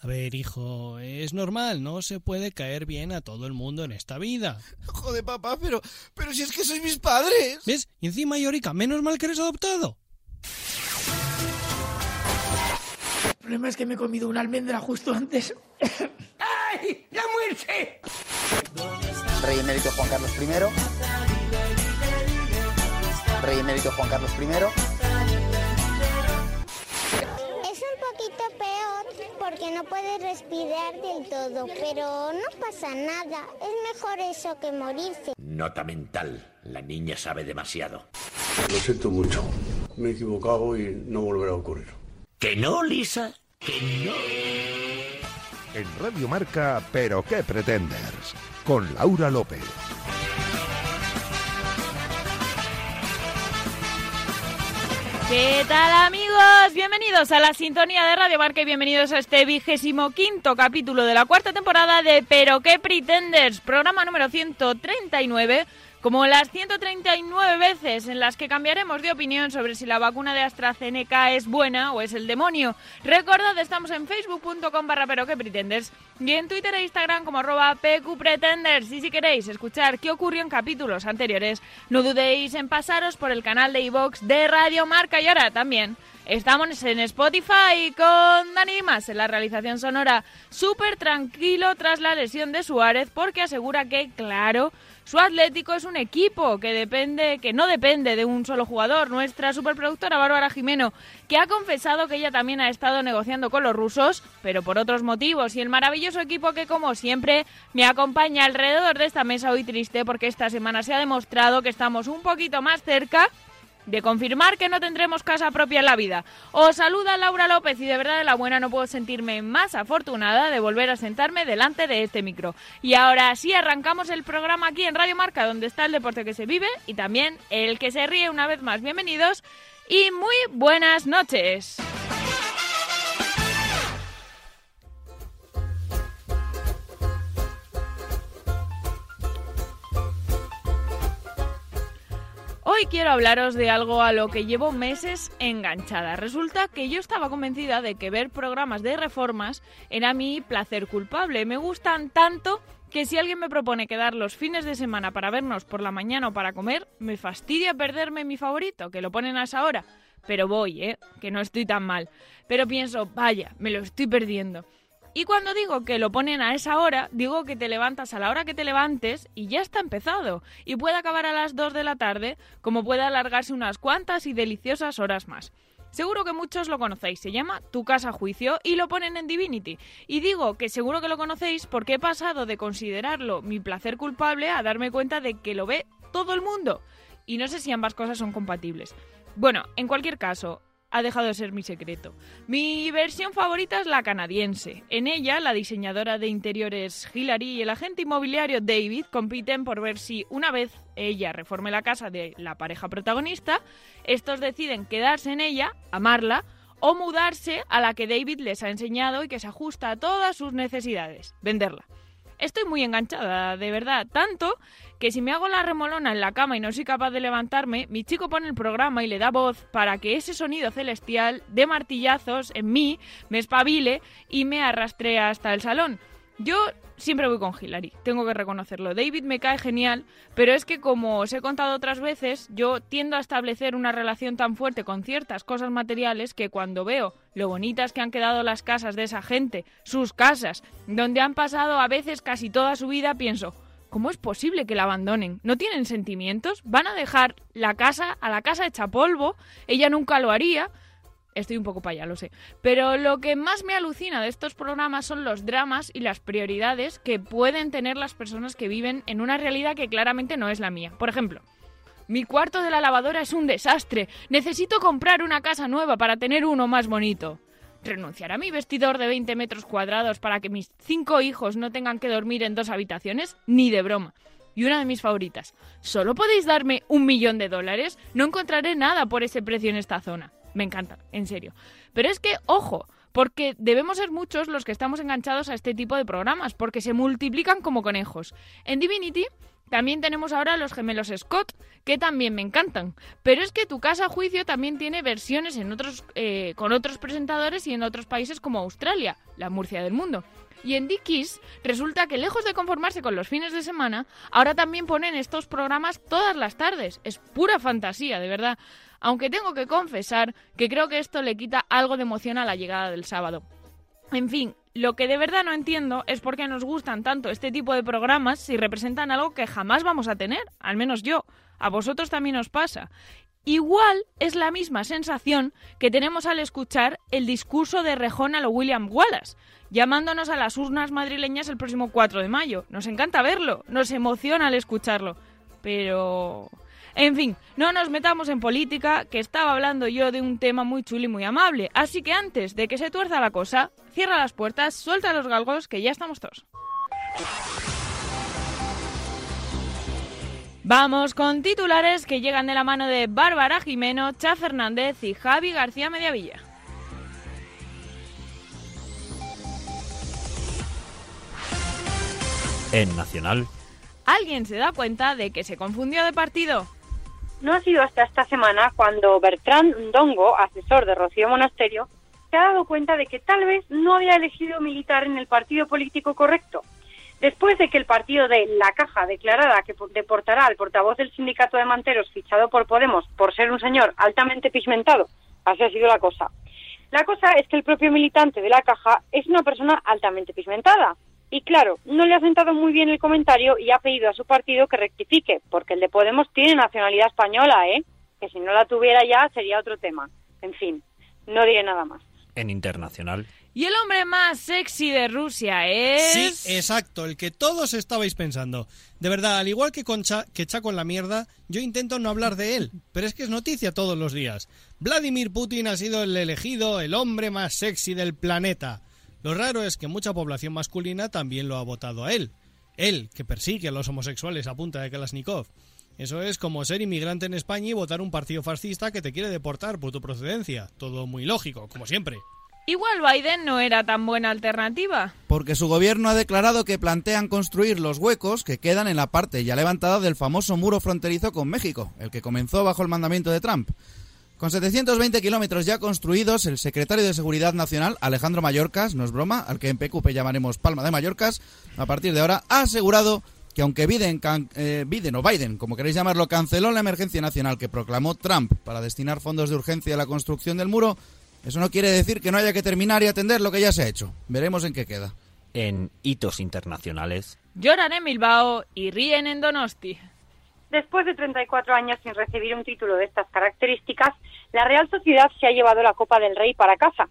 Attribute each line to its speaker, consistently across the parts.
Speaker 1: A ver, hijo, es normal, no se puede caer bien a todo el mundo en esta vida.
Speaker 2: Joder, papá, pero, pero si es que sois mis padres.
Speaker 1: ¿Ves? Y encima, Yorica, menos mal que eres adoptado.
Speaker 3: El problema es que me he comido una almendra justo antes.
Speaker 4: ¡Ay! ¡La muerte!
Speaker 5: Rey emérito Juan Carlos I. Rey emérito Juan Carlos I.
Speaker 6: Es un poquito peor porque no puedes respirar del todo, pero no pasa nada. Es mejor eso que morirse.
Speaker 7: Nota mental. La niña sabe demasiado.
Speaker 8: Lo siento mucho. Me he equivocado y no volverá a ocurrir.
Speaker 7: ¿Que no, Lisa? ¿Que no?
Speaker 9: En Radio Marca, pero qué pretenders, con Laura López.
Speaker 10: ¿Qué tal amigos? Bienvenidos a la sintonía de Radio Marca y bienvenidos a este vigésimo quinto capítulo de la cuarta temporada de Pero qué Pretenders, programa número 139, como las 139 veces en las que cambiaremos de opinión sobre si la vacuna de AstraZeneca es buena o es el demonio. Recordad, estamos en facebook.com barra Pero qué Pretenders y en Twitter e Instagram como arroba pqpretenders. Y si queréis escuchar qué ocurrió en capítulos anteriores, no dudéis en pasaros por el canal de iVox de Radio Marca y ahora también. Estamos en Spotify con Dani Mas en la realización sonora. Súper tranquilo tras la lesión de Suárez porque asegura que, claro, su Atlético es un equipo que depende, que no depende de un solo jugador. Nuestra superproductora Bárbara Jimeno, que ha confesado que ella también ha estado negociando con los rusos, pero por otros motivos. Y el maravilloso equipo que, como siempre, me acompaña alrededor de esta mesa hoy triste porque esta semana se ha demostrado que estamos un poquito más cerca de confirmar que no tendremos casa propia en la vida. Os saluda Laura López y de verdad de la buena no puedo sentirme más afortunada de volver a sentarme delante de este micro. Y ahora sí arrancamos el programa aquí en Radio Marca, donde está el deporte que se vive y también el que se ríe una vez más. Bienvenidos y muy buenas noches. Hoy quiero hablaros de algo a lo que llevo meses enganchada. Resulta que yo estaba convencida de que ver programas de reformas era mi placer culpable. Me gustan tanto que si alguien me propone quedar los fines de semana para vernos por la mañana o para comer, me fastidia perderme mi favorito, que lo ponen a esa hora. Pero voy, ¿eh? Que no estoy tan mal. Pero pienso, vaya, me lo estoy perdiendo. Y cuando digo que lo ponen a esa hora, digo que te levantas a la hora que te levantes y ya está empezado. Y puede acabar a las 2 de la tarde, como puede alargarse unas cuantas y deliciosas horas más. Seguro que muchos lo conocéis, se llama Tu Casa Juicio y lo ponen en Divinity. Y digo que seguro que lo conocéis porque he pasado de considerarlo mi placer culpable a darme cuenta de que lo ve todo el mundo. Y no sé si ambas cosas son compatibles. Bueno, en cualquier caso, ha dejado de ser mi secreto. Mi versión favorita es la canadiense. En ella, la diseñadora de interiores Hillary y el agente inmobiliario David compiten por ver si, una vez ella reforme la casa de la pareja protagonista, estos deciden quedarse en ella, amarla, o mudarse a la que David les ha enseñado y que se ajusta a todas sus necesidades, venderla. Estoy muy enganchada, de verdad, tanto que si me hago la remolona en la cama y no soy capaz de levantarme, mi chico pone el programa y le da voz para que ese sonido celestial de martillazos en mí me espabile y me arrastre hasta el salón. Yo siempre voy con Hillary, tengo que reconocerlo. David me cae genial, pero es que como os he contado otras veces, yo tiendo a establecer una relación tan fuerte con ciertas cosas materiales que cuando veo lo bonitas que han quedado las casas de esa gente, sus casas, donde han pasado a veces casi toda su vida, pienso, ¿cómo es posible que la abandonen? ¿No tienen sentimientos? ¿Van a dejar la casa a la casa hecha polvo? Ella nunca lo haría. Estoy un poco para allá, lo sé. Pero lo que más me alucina de estos programas son los dramas y las prioridades que pueden tener las personas que viven en una realidad que claramente no es la mía. Por ejemplo, mi cuarto de la lavadora es un desastre. Necesito comprar una casa nueva para tener uno más bonito. ¿Renunciar a mi vestidor de 20 metros cuadrados para que mis cinco hijos no tengan que dormir en dos habitaciones? Ni de broma y una de mis favoritas. ¿Solo podéis darme un millón de dólares? No encontraré nada por ese precio en esta zona. Me encanta, en serio. Pero es que, ojo, porque debemos ser muchos los que estamos enganchados a este tipo de programas, porque se multiplican como conejos. En Divinity También tenemos ahora los gemelos Scott, que también me encantan. Pero es que Tu Casa Juicio también tiene versiones en otros, eh, con otros presentadores y en otros países como Australia, la Murcia del mundo. Y en Dickies resulta que lejos de conformarse con los fines de semana, ahora también ponen estos programas todas las tardes. Es pura fantasía, de verdad. Aunque tengo que confesar que creo que esto le quita algo de emoción a la llegada del sábado. En fin, lo que de verdad no entiendo es por qué nos gustan tanto este tipo de programas si representan algo que jamás vamos a tener, al menos yo. A vosotros también os pasa. Igual es la misma sensación que tenemos al escuchar el discurso de Rejón a lo William Wallace, llamándonos a las urnas madrileñas el próximo 4 de mayo. Nos encanta verlo, nos emociona al escucharlo. Pero... En fin, no nos metamos en política, que estaba hablando yo de un tema muy chulo y muy amable. Así que antes de que se tuerza la cosa, cierra las puertas, suelta los galgos, que ya estamos todos. Vamos con titulares que llegan de la mano de Bárbara Jimeno, Cha Fernández y Javi García Mediavilla.
Speaker 11: En Nacional,
Speaker 10: ¿Alguien se da cuenta de que se confundió de partido?
Speaker 12: No ha sido hasta esta semana cuando Bertrand Dongo, asesor de Rocío Monasterio, se ha dado cuenta de que tal vez no había elegido militar en el partido político correcto. Después de que el partido de La Caja declarara que deportará al portavoz del sindicato de manteros fichado por Podemos por ser un señor altamente pigmentado, así ha sido la cosa. La cosa es que el propio militante de La Caja es una persona altamente pigmentada, y claro, no le ha sentado muy bien el comentario y ha pedido a su partido que rectifique, porque el de Podemos tiene nacionalidad española, ¿eh? Que si no la tuviera ya sería otro tema. En fin, no diré nada más.
Speaker 11: en Internacional,
Speaker 10: Y el hombre más sexy de Rusia es...
Speaker 1: Sí, exacto, el que todos estabais pensando. De verdad, al igual que con Cha- que Chaco en la mierda, yo intento no hablar de él, pero es que es noticia todos los días. Vladimir Putin ha sido el elegido, el hombre más sexy del planeta. Lo raro es que mucha población masculina también lo ha votado a él. Él, que persigue a los homosexuales a punta de Kalashnikov. Eso es como ser inmigrante en España y votar un partido fascista que te quiere deportar por tu procedencia. Todo muy lógico, como siempre.
Speaker 10: Igual Biden no era tan buena alternativa.
Speaker 13: Porque su gobierno ha declarado que plantean construir los huecos que quedan en la parte ya levantada del famoso muro fronterizo con México, el que comenzó bajo el mandamiento de Trump. Con 720 kilómetros ya construidos, el secretario de Seguridad Nacional, Alejandro Mallorcas, no es broma, al que en PQP llamaremos Palma de Mallorcas, a partir de ahora ha asegurado que aunque Biden, can- eh, Biden o Biden, como queréis llamarlo, canceló la emergencia nacional que proclamó Trump para destinar fondos de urgencia a la construcción del muro, eso no quiere decir que no haya que terminar y atender lo que ya se ha hecho. Veremos en qué queda.
Speaker 11: en hitos internacionales,
Speaker 10: Lloran en Bilbao y ríen en Donosti.
Speaker 12: Después de 34 años sin recibir un título de estas características, la Real Sociedad se ha llevado la Copa del Rey para casa.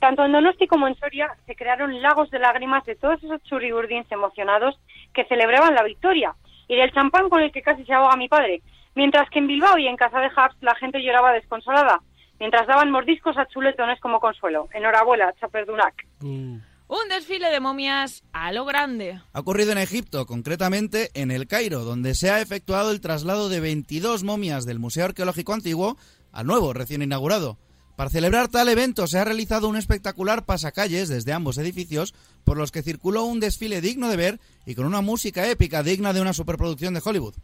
Speaker 12: Tanto en Donosti como en Soria se crearon lagos de lágrimas de todos esos churriurdins emocionados que celebraban la victoria y del champán con el que casi se ahoga mi padre, mientras que en Bilbao y en casa de Habs la gente lloraba desconsolada, mientras daban mordiscos a chuletones como consuelo. Enhorabuena, Chaperdunac.
Speaker 10: Un desfile de momias a lo grande.
Speaker 13: Ha ocurrido en Egipto, concretamente en El Cairo, donde se ha efectuado el traslado de 22 momias del Museo Arqueológico Antiguo al nuevo, recién inaugurado. Para celebrar tal evento se ha realizado un espectacular pasacalles desde ambos edificios, por los que circuló un desfile digno de ver y con una música épica digna de una superproducción de Hollywood.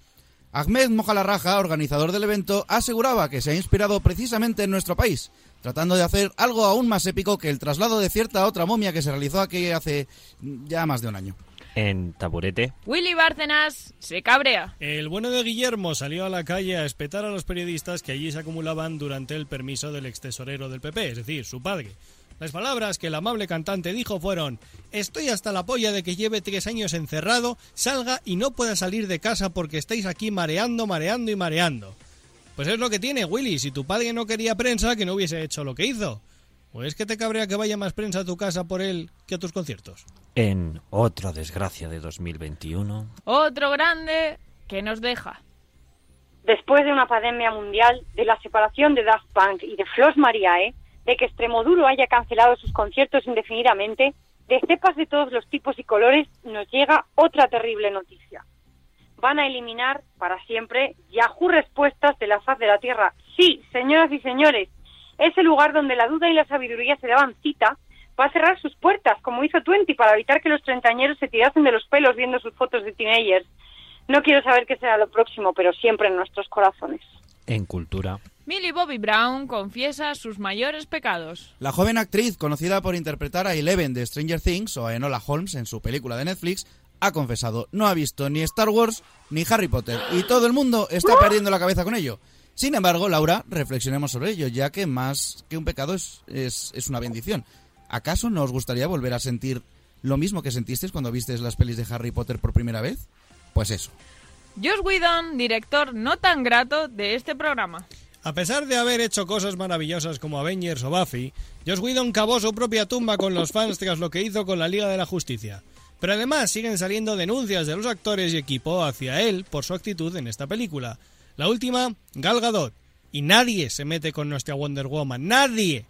Speaker 13: Ahmed Mojalarraja, organizador del evento, aseguraba que se ha inspirado precisamente en nuestro país, tratando de hacer algo aún más épico que el traslado de cierta otra momia que se realizó aquí hace ya más de un año.
Speaker 11: en taburete,
Speaker 10: Willy Bárcenas se cabrea.
Speaker 1: El bueno de Guillermo salió a la calle a espetar a los periodistas que allí se acumulaban durante el permiso del extesorero del PP, es decir, su padre. Las palabras que el amable cantante dijo fueron Estoy hasta la polla de que lleve tres años encerrado, salga y no pueda salir de casa porque estáis aquí mareando, mareando y mareando. Pues es lo que tiene, Willy, si tu padre no quería prensa, que no hubiese hecho lo que hizo. ¿O es que te cabrea que vaya más prensa a tu casa por él que a tus conciertos?
Speaker 11: en otra desgracia de 2021,
Speaker 10: Otro grande que nos deja.
Speaker 12: después de una pandemia mundial, de la separación de Daft Punk y de Flos Mariae, de que Extremoduro haya cancelado sus conciertos indefinidamente, de cepas de todos los tipos y colores, nos llega otra terrible noticia. Van a eliminar para siempre Yahoo Respuestas de la faz de la Tierra. Sí, señoras y señores, ese lugar donde la duda y la sabiduría se daban cita va a cerrar sus puertas, como hizo Twenty, para evitar que los treintañeros se tirasen de los pelos viendo sus fotos de teenagers. No quiero saber qué será lo próximo, pero siempre en nuestros corazones.
Speaker 11: En cultura.
Speaker 10: Millie Bobby Brown confiesa sus mayores pecados.
Speaker 13: La joven actriz, conocida por interpretar a Eleven de Stranger Things o a Enola Holmes en su película de Netflix, ha confesado no ha visto ni Star Wars ni Harry Potter y todo el mundo está perdiendo la cabeza con ello. Sin embargo, Laura, reflexionemos sobre ello, ya que más que un pecado es, es, es una bendición. ¿Acaso no os gustaría volver a sentir lo mismo que sentisteis cuando visteis las pelis de Harry Potter por primera vez? Pues eso.
Speaker 10: Josh Whedon, director no tan grato de este programa.
Speaker 1: A pesar de haber hecho cosas maravillosas como Avengers o Buffy, Josh Whedon cavó su propia tumba con los fans tras lo que hizo con la Liga de la Justicia. Pero además siguen saliendo denuncias de los actores y equipo hacia él por su actitud en esta película. La última, Gal Gadot. Y nadie se mete con nuestra Wonder Woman, nadie.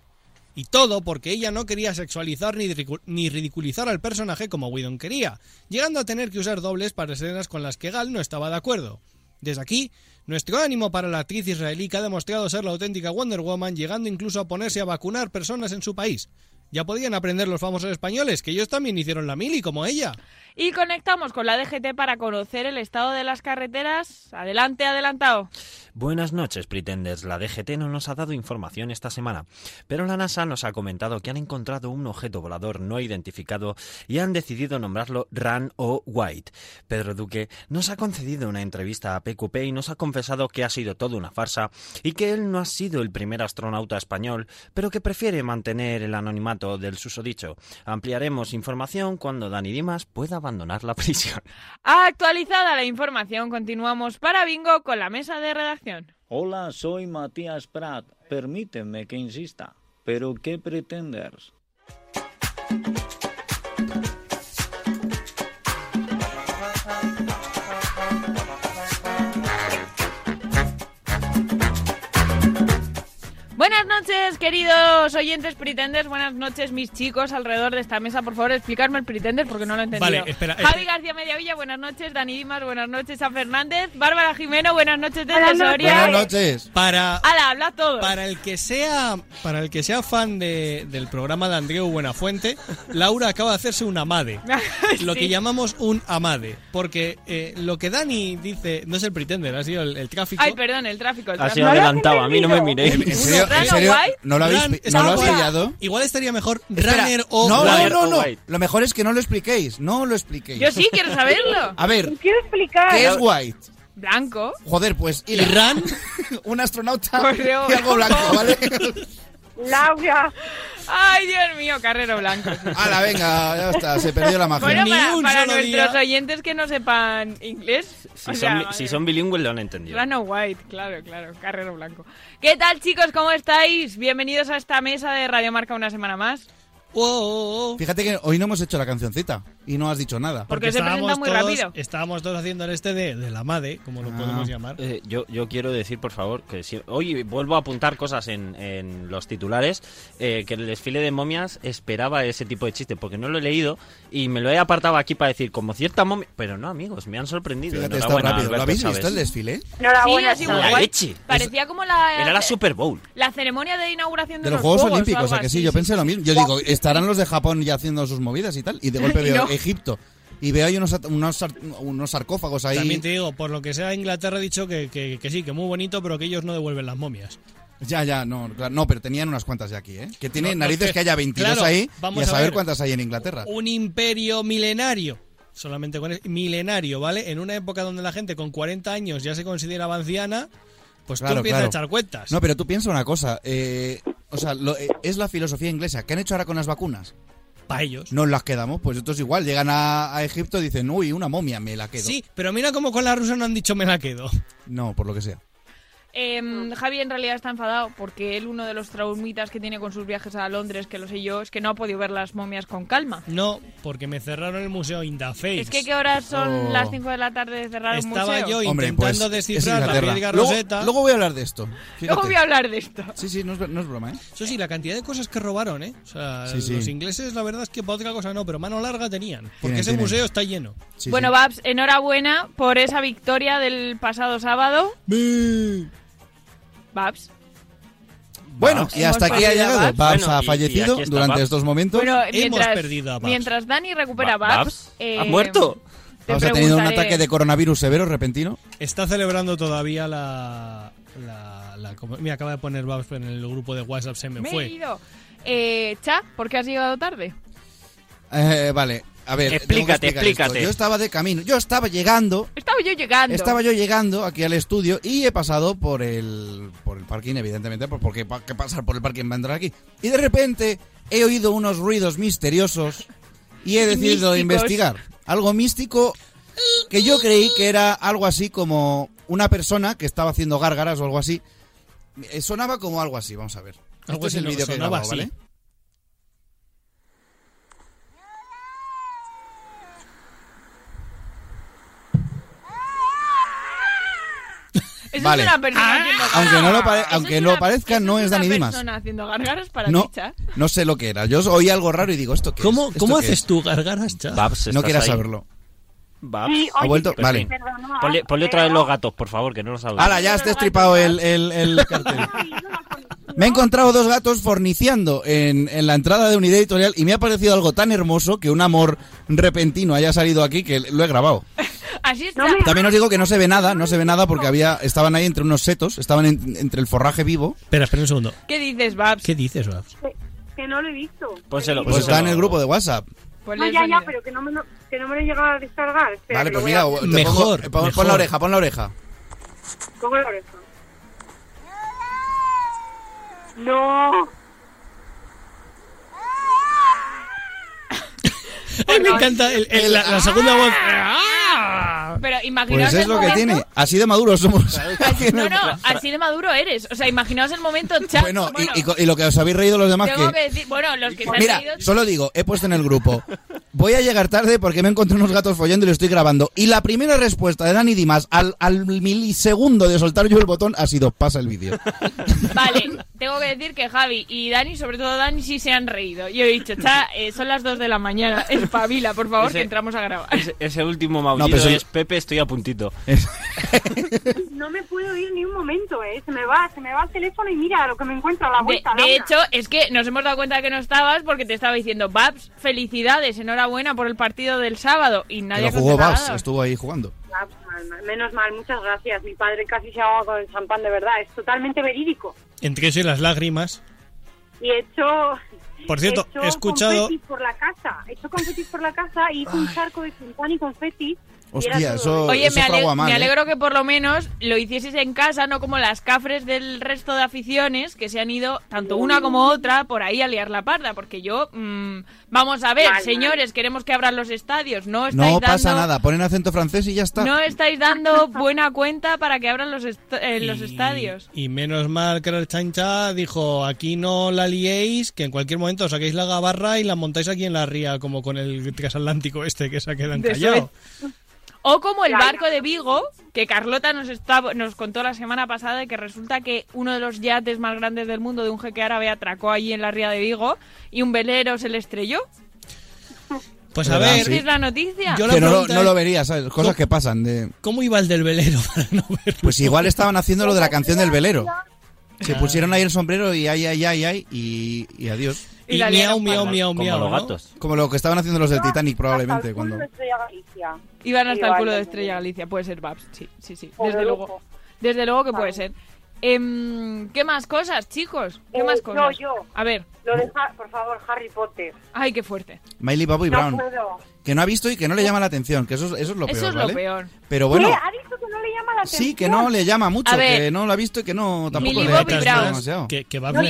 Speaker 1: Y todo porque ella no quería sexualizar ni, ridicu- ni ridiculizar al personaje como Whedon quería, llegando a tener que usar dobles para escenas con las que Gal no estaba de acuerdo. Desde aquí, nuestro ánimo para la actriz israelí que ha demostrado ser la auténtica Wonder Woman, llegando incluso a ponerse a vacunar personas en su país. Ya podían aprender los famosos españoles, que ellos también hicieron la mili como ella.
Speaker 10: Y conectamos con la DGT para conocer el estado de las carreteras. Adelante, adelantado.
Speaker 11: Buenas noches, Pretenders. La DGT no nos ha dado información esta semana, pero la NASA nos ha comentado que han encontrado un objeto volador no identificado y han decidido nombrarlo RAN o White. Pedro Duque nos ha concedido una entrevista a PQP y nos ha confesado que ha sido todo una farsa y que él no ha sido el primer astronauta español, pero que prefiere mantener el anonimato del susodicho. Ampliaremos información cuando Dani Dimas pueda abandonar la prisión.
Speaker 10: Actualizada la información, continuamos para Bingo con la mesa de redacción.
Speaker 14: Hola, soy Matías Prat. Permíteme que insista. ¿Pero qué pretenders?
Speaker 10: Buenas noches, queridos oyentes pretenders. Buenas noches, mis chicos alrededor de esta mesa. Por favor, explicarme el pretender porque no lo he entendido.
Speaker 1: Vale, espera, espera.
Speaker 10: Javi García Mediavilla, buenas noches. Dani Dimas, buenas noches. San Fernández. Bárbara Jimeno, buenas noches. Desde
Speaker 13: Buenas noches.
Speaker 10: Soria.
Speaker 13: Buenas noches.
Speaker 1: Para,
Speaker 10: Hala, habla todo.
Speaker 1: para el que sea para el que sea fan de- del programa de Andreu Buenafuente, Laura acaba de hacerse un amade. Lo que
Speaker 10: Sí.
Speaker 1: llamamos un amade. Porque eh, lo que Dani dice no es el pretender, ha sido el, el tráfico.
Speaker 10: Ay, perdón, el tráfico. El
Speaker 1: Ha
Speaker 10: tráfico.
Speaker 1: sido adelantado, a mí no me miréis.
Speaker 13: ¿En serio?
Speaker 10: ¿Uno
Speaker 13: ¿En
Speaker 10: raro
Speaker 13: serio?
Speaker 10: guay?
Speaker 13: ¿No lo habéis,
Speaker 1: Run-
Speaker 13: pi- ¿no lo has
Speaker 1: Espera,
Speaker 13: pillado?
Speaker 1: Igual estaría mejor
Speaker 13: Espera,
Speaker 1: runner o
Speaker 13: no, no,
Speaker 1: Runner
Speaker 13: no,
Speaker 1: o
Speaker 13: no.
Speaker 1: White.
Speaker 13: Lo mejor es que no lo expliquéis, no lo expliquéis.
Speaker 10: Yo sí quiero saberlo.
Speaker 13: A ver,
Speaker 12: Quiero explicar.
Speaker 13: ¿qué es white?
Speaker 10: Blanco.
Speaker 13: Joder, pues y
Speaker 1: Ran,
Speaker 13: un astronauta
Speaker 10: Correo.
Speaker 13: y algo blanco, ¿vale?
Speaker 12: Laura.
Speaker 10: Ay, Dios mío, carrero blanco.
Speaker 13: Hala, venga, ya está, se perdió la magia.
Speaker 10: Bueno,
Speaker 11: Ni
Speaker 10: para,
Speaker 11: un
Speaker 10: para
Speaker 11: solo
Speaker 10: nuestros
Speaker 11: día.
Speaker 10: oyentes que no sepan inglés.
Speaker 11: Si,
Speaker 10: o sea,
Speaker 11: son, bi- si son bilingües lo han entendido.
Speaker 10: Rano White, claro, claro, carrero blanco. ¿Qué tal, chicos? ¿Cómo estáis? Bienvenidos a esta mesa de Radio Marca una semana más.
Speaker 1: Oh,
Speaker 13: Fíjate que hoy no hemos hecho la cancioncita y no has dicho nada.
Speaker 10: Porque se presenta muy
Speaker 1: todos,
Speaker 10: rápido.
Speaker 1: estábamos todos haciendo el este de, de la MADE, como lo
Speaker 13: Ah,
Speaker 1: podemos llamar.
Speaker 11: Eh, yo, yo quiero decir, por favor, que si- hoy vuelvo a apuntar cosas en, en los titulares, eh, que el desfile de momias esperaba ese tipo de chiste, porque no lo he leído y me lo he apartado aquí para decir, como cierta momia... Pero no, amigos, me han sorprendido.
Speaker 13: Fíjate, está
Speaker 11: Enhorabuena,
Speaker 13: rápido.
Speaker 1: pues,
Speaker 13: ¿Lo
Speaker 11: Alberto
Speaker 13: habéis
Speaker 11: Chávez.
Speaker 13: visto el desfile?
Speaker 10: Sí, ha
Speaker 12: Enhorabuena.
Speaker 10: sido
Speaker 11: La
Speaker 10: guay.
Speaker 11: leche.
Speaker 10: Parecía como la,
Speaker 11: Era la Super Bowl.
Speaker 10: la ceremonia de inauguración de,
Speaker 13: De los Juegos
Speaker 10: Juegos o
Speaker 13: Olímpicos, o sea
Speaker 10: algo
Speaker 13: que sí,
Speaker 10: así,
Speaker 13: yo pensé lo mismo. Yo digo, estarán los de Japón ya haciendo sus movidas y tal. Y de golpe
Speaker 10: Y
Speaker 13: veo
Speaker 10: no.
Speaker 13: Egipto. Y veo ahí unos, at- unos, sar- unos sarcófagos ahí.
Speaker 1: También te digo, por lo que sea, Inglaterra ha dicho que, que- que sí, que muy bonito, pero que ellos no devuelven las momias.
Speaker 13: Ya, ya, no, claro, no, pero tenían unas cuantas ya aquí, ¿eh? Que tiene
Speaker 1: No, no,
Speaker 13: narices
Speaker 1: que-
Speaker 13: que haya 22
Speaker 1: claro,
Speaker 13: ahí
Speaker 1: vamos
Speaker 13: y a
Speaker 1: a
Speaker 13: saber
Speaker 1: ver.
Speaker 13: cuántas hay en Inglaterra.
Speaker 1: Un imperio milenario. Solamente con el- milenario, ¿vale? En una época donde la gente con 40 años ya se consideraba anciana, pues tú
Speaker 13: Claro,
Speaker 1: empiezas
Speaker 13: claro.
Speaker 1: a echar cuentas.
Speaker 13: No, pero tú piensa una cosa. eh, o sea, lo- eh, es la filosofía inglesa. ¿Qué han hecho ahora con las vacunas?
Speaker 1: Para ellos.
Speaker 13: Nos las quedamos, pues esto es igual. Llegan a, a Egipto y dicen, uy, una momia, me la quedo.
Speaker 1: Sí, pero mira cómo con la rusa no han dicho me la quedo.
Speaker 13: No, por lo que sea.
Speaker 10: Em, Javi en realidad está enfadado porque él, uno de los traumitas que tiene con sus viajes a Londres, que lo sé yo, es que no ha podido ver las momias con calma.
Speaker 1: No, porque me cerraron el museo Indaface.
Speaker 10: Es que, ¿qué horas son
Speaker 13: Oh.
Speaker 10: las 5 de la tarde de cerrar un museo?
Speaker 1: Estaba yo
Speaker 13: Hombre, pues,
Speaker 1: intentando
Speaker 13: es
Speaker 1: descifrar la
Speaker 13: Inglaterra.
Speaker 1: Piedra
Speaker 13: luego,
Speaker 1: Rosetta.
Speaker 13: luego voy a hablar de esto.
Speaker 10: Luego
Speaker 13: Fíjate.
Speaker 10: voy a hablar de esto.
Speaker 13: Sí, sí, no es, no es broma, ¿eh?
Speaker 1: Eso sí, la cantidad de cosas que robaron, ¿eh? O sea,
Speaker 13: Sí, sí.
Speaker 1: los ingleses la verdad es que para otra cosa no, pero mano larga tenían. Porque
Speaker 13: Tienen,
Speaker 1: ese
Speaker 13: tienen.
Speaker 1: museo está lleno.
Speaker 13: Sí,
Speaker 10: bueno,
Speaker 13: sí.
Speaker 10: Babs, enhorabuena por esa victoria del pasado sábado. Babs.
Speaker 13: Bueno, y hasta
Speaker 10: Hemos
Speaker 13: aquí ha
Speaker 10: perdido a
Speaker 13: llegado. Babs
Speaker 10: Babs.
Speaker 11: Bueno,
Speaker 13: ha
Speaker 11: y- y
Speaker 13: fallecido
Speaker 11: aquí está
Speaker 13: durante
Speaker 11: Babs.
Speaker 13: estos momentos.
Speaker 10: Bueno,
Speaker 1: Hemos
Speaker 10: mientras,
Speaker 1: perdido a Babs.
Speaker 10: mientras Dani recupera a
Speaker 11: Ba-
Speaker 10: Babs.
Speaker 11: Babs, ¿ha
Speaker 10: eh,
Speaker 11: muerto?
Speaker 10: Te
Speaker 13: O sea, teniendo un
Speaker 10: preguntaré-
Speaker 13: ataque de coronavirus severo repentino.
Speaker 1: Está celebrando todavía la. la, la- como- mira, acaba de poner Babs en el grupo de WhatsApp, se me,
Speaker 10: Me he
Speaker 1: fue.
Speaker 10: ido. Eh, Cha, ¿por qué has llegado tarde?
Speaker 13: Eh, vale, a ver. tengo que
Speaker 11: Explícate,
Speaker 13: explicar esto.
Speaker 11: explícate.
Speaker 13: Yo estaba de camino, yo estaba llegando
Speaker 10: Estaba yo llegando.
Speaker 13: Estaba yo llegando aquí al estudio y he pasado por el, por el parking, evidentemente, por- porque pa- que pasar por el parking va a entrar aquí. Y de repente he oído unos ruidos misteriosos y he decidido
Speaker 15: Místicos.
Speaker 13: investigar. Algo místico que yo creí que era algo así como una persona que estaba haciendo gárgaras o algo así. Eh, Sonaba como algo así, vamos a ver.
Speaker 1: Algo
Speaker 13: Este es
Speaker 1: así,
Speaker 13: el
Speaker 1: no,
Speaker 13: vídeo que he
Speaker 1: sonaba
Speaker 13: grabado, ¿vale?
Speaker 1: así.
Speaker 10: Eso
Speaker 13: Vale.
Speaker 10: es una persona
Speaker 11: Ah.
Speaker 10: haciendo
Speaker 13: Aunque no lo, pare-
Speaker 10: Eso
Speaker 13: aunque
Speaker 10: es
Speaker 13: lo
Speaker 10: una-
Speaker 13: parezca,
Speaker 10: eso
Speaker 13: no es Dani
Speaker 10: una
Speaker 13: Dimas.
Speaker 10: persona haciendo gargaras para
Speaker 13: No,
Speaker 10: ti, Cha.
Speaker 13: no sé lo que era. Yo oí algo raro y digo, ¿esto qué
Speaker 1: ¿Cómo,
Speaker 13: es? ¿Esto
Speaker 1: ¿cómo
Speaker 13: qué
Speaker 1: haces
Speaker 13: es?
Speaker 1: tú gargaras, Cha?
Speaker 13: No quieras saberlo.
Speaker 11: Babs.
Speaker 13: Ha vuelto, vale.
Speaker 10: ah,
Speaker 12: perdona,
Speaker 11: Ponle, ponle otra vez los gatos, por favor, que no los hago.
Speaker 13: Ahora ya has destripado el, el- el cartel. Me he encontrado dos gatos forniciando en, en la entrada de unidad editorial y me ha parecido algo tan hermoso que un amor repentino haya salido aquí que lo he grabado.
Speaker 10: Así es.
Speaker 13: También os digo que no se ve nada, no se ve nada porque había estaban ahí entre unos setos, estaban en- entre el forraje vivo.
Speaker 1: Espera, espera un segundo.
Speaker 10: ¿Qué dices, Babs?
Speaker 1: ¿Qué dices, Babs?
Speaker 10: Pues
Speaker 12: Que no lo he visto.
Speaker 11: Pónselo,
Speaker 13: Pues está en el grupo de WhatsApp.
Speaker 12: No, ya, ya, pero que no me lo, que no me lo he llegado a descargar. Espera,
Speaker 13: Vale,
Speaker 12: que lo
Speaker 13: pues
Speaker 12: voy
Speaker 13: mira,
Speaker 12: a-
Speaker 13: te
Speaker 1: Mejor,
Speaker 13: pongo- eh, pon-
Speaker 1: mejor.
Speaker 13: pon la oreja, pon la oreja.
Speaker 12: Pongo la oreja. No.
Speaker 1: Ay, me encanta el- el- la, la segunda voz.
Speaker 10: Ah. Pero imaginaos
Speaker 13: Pues es
Speaker 10: el
Speaker 13: lo que
Speaker 10: momento-
Speaker 13: tiene. Así de maduros somos.
Speaker 10: No, no, así de maduro eres. O sea, imaginaos el momento, Cha.
Speaker 13: Bueno, y- y, co- y lo que os habéis reído los demás
Speaker 10: tengo
Speaker 13: que
Speaker 10: que decir, bueno, los que se han
Speaker 13: Mira,
Speaker 10: reído-
Speaker 13: solo digo, he puesto en el grupo. Voy a llegar tarde porque me encontré unos gatos follando y lo estoy grabando. Y la primera respuesta de Dani Dimas al, al milisegundo de soltar yo el botón ha sido pasa el vídeo.
Speaker 10: Vale, tengo que decir que Javi y Dani, sobre todo Dani, sí se han reído. Yo he dicho, Cha, eh, son las 2 de la mañana. Espabila, por favor,
Speaker 11: Ese-
Speaker 10: que entramos a grabar.
Speaker 11: Ese, ese último maullido
Speaker 13: No, pero soy-
Speaker 11: es Pepe, estoy a puntito.
Speaker 12: No me puedo ir ni un momento, eh. Se me va, se me va el teléfono y mira lo que me encuentro a la
Speaker 10: De,
Speaker 12: vuelta.
Speaker 10: de
Speaker 12: Laura.
Speaker 10: hecho, es que nos hemos dado cuenta que no estabas porque te estaba diciendo, Babs, felicidades, enhorabuena por el partido del sábado. Y
Speaker 13: Que
Speaker 10: nadie
Speaker 13: lo
Speaker 10: ha
Speaker 13: jugó
Speaker 10: contestado
Speaker 13: Babs, estuvo ahí jugando.
Speaker 12: Ah, pues mal, mal. Menos mal, muchas gracias. Mi padre casi se ahoga con el champán, de verdad. Es totalmente verídico.
Speaker 1: Entre eso y las lágrimas.
Speaker 12: Y he hecho...
Speaker 1: Por cierto,
Speaker 12: hecho
Speaker 1: he escuchado-
Speaker 12: confetis por la casa. He hecho confetis por la casa y hice un charco de champán y confetis. y
Speaker 13: Hostia,
Speaker 12: era todo
Speaker 13: eso-
Speaker 10: Oye, me,
Speaker 13: fragua
Speaker 10: ale-
Speaker 13: mal,
Speaker 10: me
Speaker 13: ¿eh?
Speaker 10: alegro que por lo menos lo hicieses en casa, no como las cafres del resto de aficiones que se han ido, tanto una como otra, por ahí a liar la parda. Porque yo, mm, vamos a ver,
Speaker 12: Mal, mal.
Speaker 10: señores, queremos que abran los estadios. No estáis
Speaker 13: No pasa
Speaker 10: dando-
Speaker 13: nada, ponen acento francés y ya está.
Speaker 10: No estáis dando buena cuenta para que abran los, est- eh, los estadios.
Speaker 1: Y menos mal que el chancha dijo, aquí no la liéis, que en cualquier momento saquéis la gabarra y la montáis aquí en la ría, como con el transatlántico este que se ha quedado
Speaker 10: De
Speaker 1: encallado.
Speaker 10: O como el
Speaker 12: Ya, ya.
Speaker 10: barco de Vigo, que Carlota nos, está, nos contó la semana pasada que resulta que uno de los yates más grandes del mundo de un jeque árabe atracó allí en la ría de Vigo y un velero se le estrelló.
Speaker 1: Pues a
Speaker 13: ¿Verdad?
Speaker 1: ver,
Speaker 13: Ah, Sí.
Speaker 10: Es la noticia.
Speaker 1: Yo la
Speaker 13: que no lo,
Speaker 1: pregunta
Speaker 13: no
Speaker 1: es-
Speaker 13: lo vería, ¿sabes? Cosas
Speaker 1: ¿Cómo-
Speaker 13: que pasan. De...
Speaker 1: ¿cómo iba el del velero?
Speaker 13: Pues igual estaban haciendo lo de la canción del velero.
Speaker 10: Ah.
Speaker 13: Se pusieron ahí el sombrero y ay, ay, ay, ay, y, y adiós.
Speaker 1: Y la Y miau, liaron miau, parda. miau, Como miau, los ¿no? gatos.
Speaker 13: Como lo que estaban haciendo los del Titanic probablemente. cuando
Speaker 10: Iban hasta
Speaker 12: Iban
Speaker 10: el culo de
Speaker 12: también.
Speaker 10: Estrella Galicia. Puede ser Babs, sí, sí, sí.
Speaker 12: Por
Speaker 10: Desde
Speaker 12: lujo.
Speaker 10: luego. Desde luego que puede ser. Em, ¿Qué más cosas, chicos? ¿Qué
Speaker 12: Eh,
Speaker 10: más
Speaker 12: no,
Speaker 10: cosas?
Speaker 12: yo.
Speaker 10: A ver.
Speaker 12: Lo de Ha- Ah, por favor, Harry Potter.
Speaker 10: Ay, qué fuerte.
Speaker 13: Miley Bobby
Speaker 12: No
Speaker 13: Brown.
Speaker 12: puedo.
Speaker 13: que no ha visto y que no le llama la atención, que eso, es- eso es lo
Speaker 10: Eso
Speaker 13: peor,
Speaker 10: es lo
Speaker 13: ¿vale?
Speaker 10: peor.
Speaker 13: Pero bueno,
Speaker 12: ¿Qué? ¿Ha dicho que no le llama la atención?
Speaker 13: sí, que no le llama mucho,
Speaker 10: A ver.
Speaker 13: que no lo ha visto y que no tampoco
Speaker 10: Millie
Speaker 13: le
Speaker 10: Bobby
Speaker 13: interesa
Speaker 10: Brown.
Speaker 13: demasiado.
Speaker 1: Que, que
Speaker 10: No tiene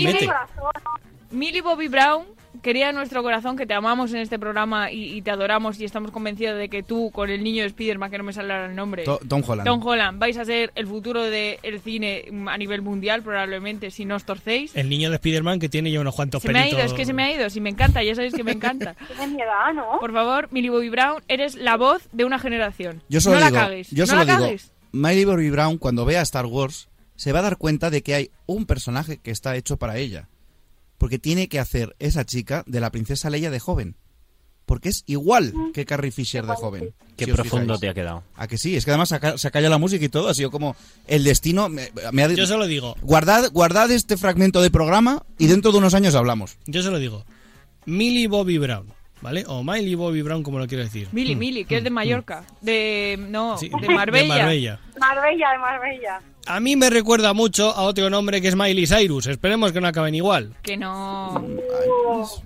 Speaker 10: Millie Bobby Brown, querida de nuestro corazón, que te amamos en este programa y, y te adoramos y estamos convencidos de que tú, con el niño de Spiderman, que no me sale ahora el nombre...
Speaker 13: To- Tom Holland.
Speaker 10: Tom Holland, vais a ser el futuro del cine mm, a nivel mundial, probablemente, si no os torcéis.
Speaker 1: El niño de Spiderman que tiene ya unos cuantos
Speaker 10: Se me ha ido,
Speaker 1: pelitos.
Speaker 10: es que se me ha ido, si me encanta, ya sabéis que me encanta. Por favor, Millie Bobby Brown, eres la voz de una generación.
Speaker 13: Yo solo
Speaker 10: no
Speaker 13: digo,
Speaker 10: la cagues.
Speaker 13: yo
Speaker 10: no
Speaker 13: solo
Speaker 10: la
Speaker 13: digo,
Speaker 10: cagues.
Speaker 13: Miley Bobby Brown cuando vea Star Wars se va a dar cuenta de que hay un personaje que está hecho para ella, porque tiene que hacer esa chica de la princesa Leia de joven, porque es igual
Speaker 12: Mm.
Speaker 13: que Carrie Fisher de joven.
Speaker 11: Qué
Speaker 13: si os
Speaker 11: profundo
Speaker 13: fijáis.
Speaker 11: te ha quedado.
Speaker 13: A que sí, es que además se aca- se acalla la música y todo, ha sido como el destino me, me ha
Speaker 1: Yo se lo digo.
Speaker 13: Guardad, guardad este fragmento de programa y dentro de unos años hablamos.
Speaker 1: Yo se lo digo. Millie Bobby Brown, ¿vale? O Miley Bobby Brown, como lo quiero decir.
Speaker 10: Mili,
Speaker 1: Mm.
Speaker 10: Mili, que es de Mallorca. De. No,
Speaker 1: Sí,
Speaker 10: de
Speaker 1: de
Speaker 10: Marbella.
Speaker 1: Marbella.
Speaker 12: Marbella, de Marbella.
Speaker 1: A mí me recuerda mucho a otro nombre que es Miley Cyrus. Esperemos que no acaben igual.
Speaker 10: Que no.
Speaker 13: A mí